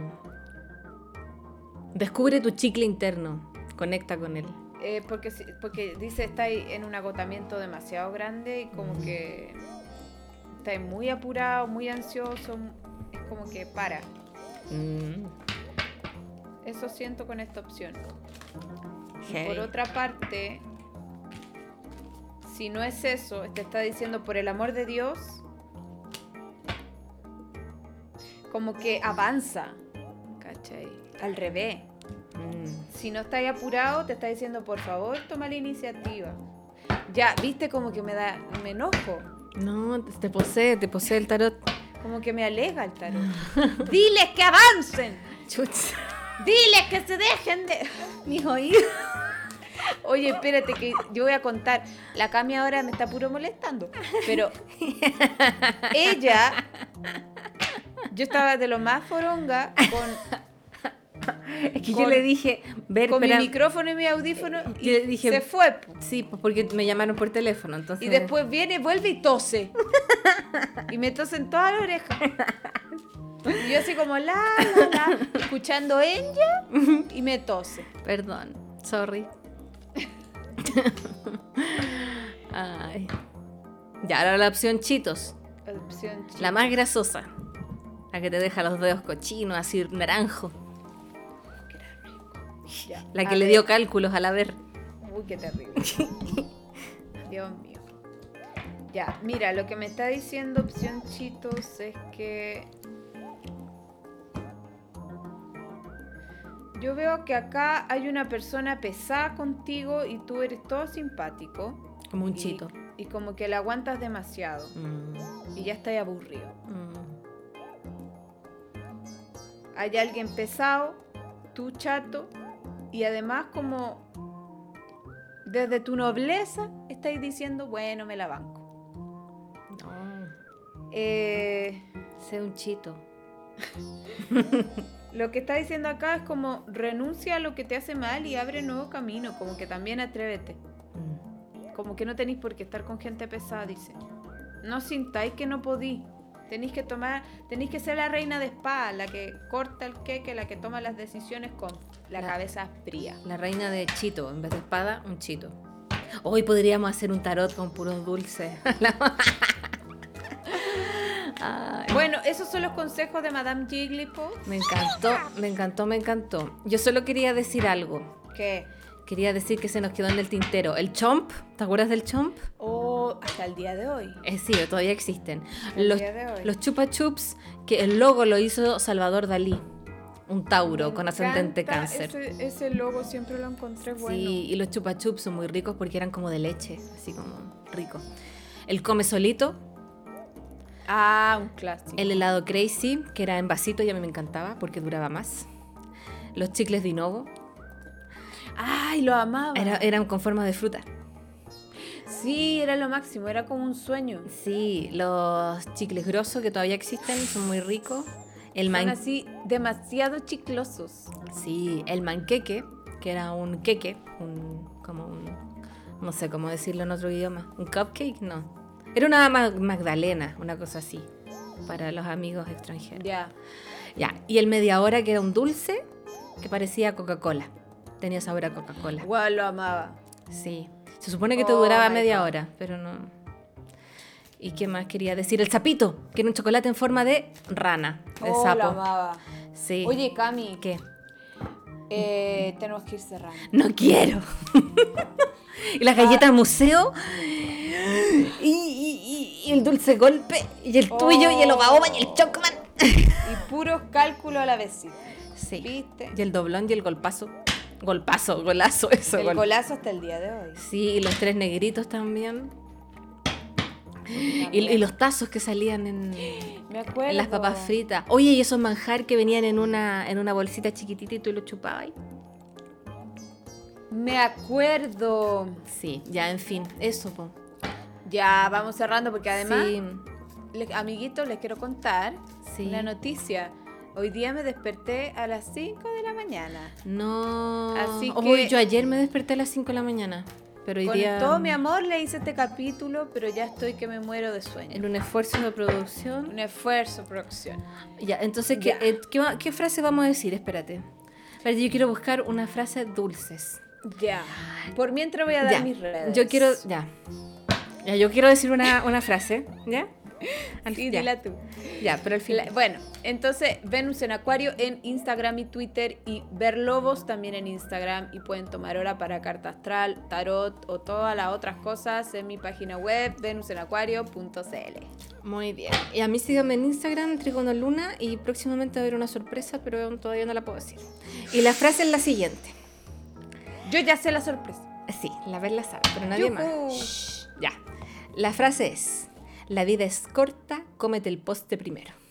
Speaker 1: Descubre tu chicle interno. Conecta con él.
Speaker 2: eh, porque, si- porque dice, estáis en un agotamiento demasiado grande y como que estáis muy apurado, muy ansioso, es como que para.
Speaker 1: Mm,
Speaker 2: Eso siento con esta opción. Y
Speaker 1: hey.
Speaker 2: Por otra parte, si no es eso, te está diciendo por el amor de Dios, como que avanza, ¿cachai? Al revés.
Speaker 1: Mm,
Speaker 2: Si no estáis apurado, te está diciendo por favor, toma la iniciativa. Ya, viste como que me da, me enojo,
Speaker 1: No, te- te posee, te posee el tarot.
Speaker 2: como que me alega el tarot. Diles que avancen.
Speaker 1: Chuts.
Speaker 2: Diles que se dejen de mis oídos. Oye, espérate que yo voy a contar. La Cami ahora me está puro molestando. Pero ella, yo estaba de lo más foronga con,
Speaker 1: Es que yo
Speaker 2: Con-
Speaker 1: le dije, ver,
Speaker 2: con mi
Speaker 1: espera-
Speaker 2: micrófono y mi audífono y
Speaker 1: Yo le dije-
Speaker 2: se fue. po.
Speaker 1: Sí, pues porque me llamaron por teléfono, entonces.
Speaker 2: Y después viene, vuelve y tose. Y me tose en toda la oreja. Y yo así como la, la, la, escuchando ella y me tose.
Speaker 1: Perdón, sorry. Ay. Ya, ahora la opción chitos,
Speaker 2: Opción chica.
Speaker 1: la más grasosa. La que te deja los dedos cochinos, así naranjo.
Speaker 2: Ya,
Speaker 1: La
Speaker 2: a
Speaker 1: que le
Speaker 2: ver.
Speaker 1: dio cálculos al haber.
Speaker 2: Uy, qué terrible. Dios mío. Ya, mira, lo que me está diciendo opción Chitos es que. Yo veo que acá hay una persona pesada contigo y tú eres todo simpático.
Speaker 1: Como un
Speaker 2: y-
Speaker 1: chito.
Speaker 2: Y, como que la aguantas demasiado.
Speaker 1: Mm,
Speaker 2: Y ya estás aburrido.
Speaker 1: mm.
Speaker 2: Hay alguien pesado, tú chato. Y además, como. Desde tu nobleza, estáis diciendo, bueno, me la banco.
Speaker 1: No,
Speaker 2: Eh,
Speaker 1: sé un chito.
Speaker 2: lo que está diciendo acá es como renuncia a lo que te hace mal y abre nuevo camino, como que también atrévete.
Speaker 1: Mm.
Speaker 2: Como que no tenéis por qué estar con gente pesada, dice. No sintáis que no podí. Tenéis que tomar, tenéis que ser la reina de espada, la que corta el queque, la que toma las decisiones con la,
Speaker 1: La-
Speaker 2: cabeza fría.
Speaker 1: La reina de chito, en vez de espada, un chito. Hoy podríamos hacer un tarot con puros dulces. Ay.
Speaker 2: Bueno, esos son los consejos de Madame Jigglypuff,
Speaker 1: Me encantó, me encantó, me encantó. Yo solo quería decir algo.
Speaker 2: que
Speaker 1: Quería decir que se nos quedó en el tintero. El chomp, ¿te acuerdas del chomp?
Speaker 2: oh, hasta el día de hoy.
Speaker 1: Eh, sí, todavía existen.
Speaker 2: El
Speaker 1: Los,
Speaker 2: día de hoy.
Speaker 1: los chupa chups, que el logo lo hizo Salvador Dalí, un Tauro con
Speaker 2: Me
Speaker 1: ascendente
Speaker 2: encanta
Speaker 1: cáncer.
Speaker 2: Ese, ese logo siempre lo encontré bueno.
Speaker 1: Sí, y los chupa chups son muy ricos porque eran como de leche, así como rico. El come solito,
Speaker 2: Ah, un clásico.
Speaker 1: el helado crazy, que era en vasito y a mí me encantaba porque duraba más. Los chicles de Inovo,
Speaker 2: Ay, lo amaba.
Speaker 1: era- eran con forma de fruta.
Speaker 2: Sí, era lo máximo, era como un sueño.
Speaker 1: Sí, los chicles grosos que todavía existen son muy ricos. El
Speaker 2: Son
Speaker 1: man...
Speaker 2: así demasiado chiclosos.
Speaker 1: Sí, el manqueque, que era un queque, un, como un... No sé cómo decirlo en otro idioma. ¿Un cupcake? No. Era una ma- magdalena, una cosa así, para los amigos extranjeros.
Speaker 2: Ya.
Speaker 1: Ya, y el media hora que era un dulce que parecía Coca-Cola. Tenía sabor a Coca-Cola.
Speaker 2: Guau, lo amaba.
Speaker 1: Sí. Se supone que te
Speaker 2: Oh
Speaker 1: duraba
Speaker 2: my
Speaker 1: media
Speaker 2: God.
Speaker 1: hora, pero no. ¿Y qué más quería decir? El sapito, que era un chocolate en forma de rana, de
Speaker 2: oh, lo
Speaker 1: sapo.
Speaker 2: amaba.
Speaker 1: Sí.
Speaker 2: Oye, Cami,
Speaker 1: ¿qué?
Speaker 2: eh, tenemos que ir cerrando.
Speaker 1: No quiero. y
Speaker 2: Ah.
Speaker 1: las galletas museo. Y, y- y- y el dulce golpe. Y el tuyo, y el
Speaker 2: Oh.
Speaker 1: obaoba, y el chocman.
Speaker 2: Y puros cálculos a la vez.
Speaker 1: Sí.
Speaker 2: ¿Viste?
Speaker 1: Y el doblón y el golpazo. Golpazo, golazo, eso.
Speaker 2: El
Speaker 1: gol-
Speaker 2: golazo hasta el día de hoy.
Speaker 1: Sí, y los tres negritos también. Y,
Speaker 2: También.
Speaker 1: y los tazos que salían en.
Speaker 2: Me acuerdo.
Speaker 1: En las papas fritas. Oye, y esos manjar que venían en una, en una bolsita chiquitita y tú lo chupabas. ahí?
Speaker 2: Me acuerdo.
Speaker 1: Sí, ya, en fin, eso, po.
Speaker 2: Ya, vamos cerrando porque además
Speaker 1: Sí.
Speaker 2: les- amiguitos, les quiero contar
Speaker 1: Sí.
Speaker 2: una noticia. Hoy día me desperté a las 5 de la mañana.
Speaker 1: No.
Speaker 2: Así
Speaker 1: Uy,
Speaker 2: que-
Speaker 1: yo ayer me desperté a las 5 de la mañana. Pero hoy
Speaker 2: Con
Speaker 1: día.
Speaker 2: todo mi amor le hice este capítulo, pero ya estoy que me muero de
Speaker 1: En
Speaker 2: sueño.
Speaker 1: un esfuerzo de producción.
Speaker 2: Un esfuerzo, producción.
Speaker 1: Ya, entonces, ¿qué,
Speaker 2: Ya.
Speaker 1: eh, qué, va- qué frase vamos a decir? Espérate. Espérate, yo quiero buscar una frase dulces.
Speaker 2: Ya. Por mientras voy a dar
Speaker 1: Ya.
Speaker 2: mis redes.
Speaker 1: Yo quiero. Ya. Ya, yo quiero decir una, una frase. ¿Ya? Al-
Speaker 2: Sí,
Speaker 1: ya.
Speaker 2: dila tú.
Speaker 1: Ya, pero al
Speaker 2: La-
Speaker 1: final.
Speaker 2: bueno, entonces Venus en Acuario en Instagram y Twitter y Verlobos también en Instagram y pueden tomar hora para carta astral, tarot o todas las otras cosas en mi página web venusenacuario.cl.
Speaker 1: Muy bien. Y a mí síganme en Instagram, Trigono Luna, y próximamente va a haber una sorpresa, pero aún todavía no la puedo decir. Y la frase es la siguiente.
Speaker 2: Yo ya sé la sorpresa.
Speaker 1: Sí, la verla sabe, pero nadie
Speaker 2: ¡Yujú!
Speaker 1: más. Shh, ya. La frase es: La vida es corta, cómete el poste primero.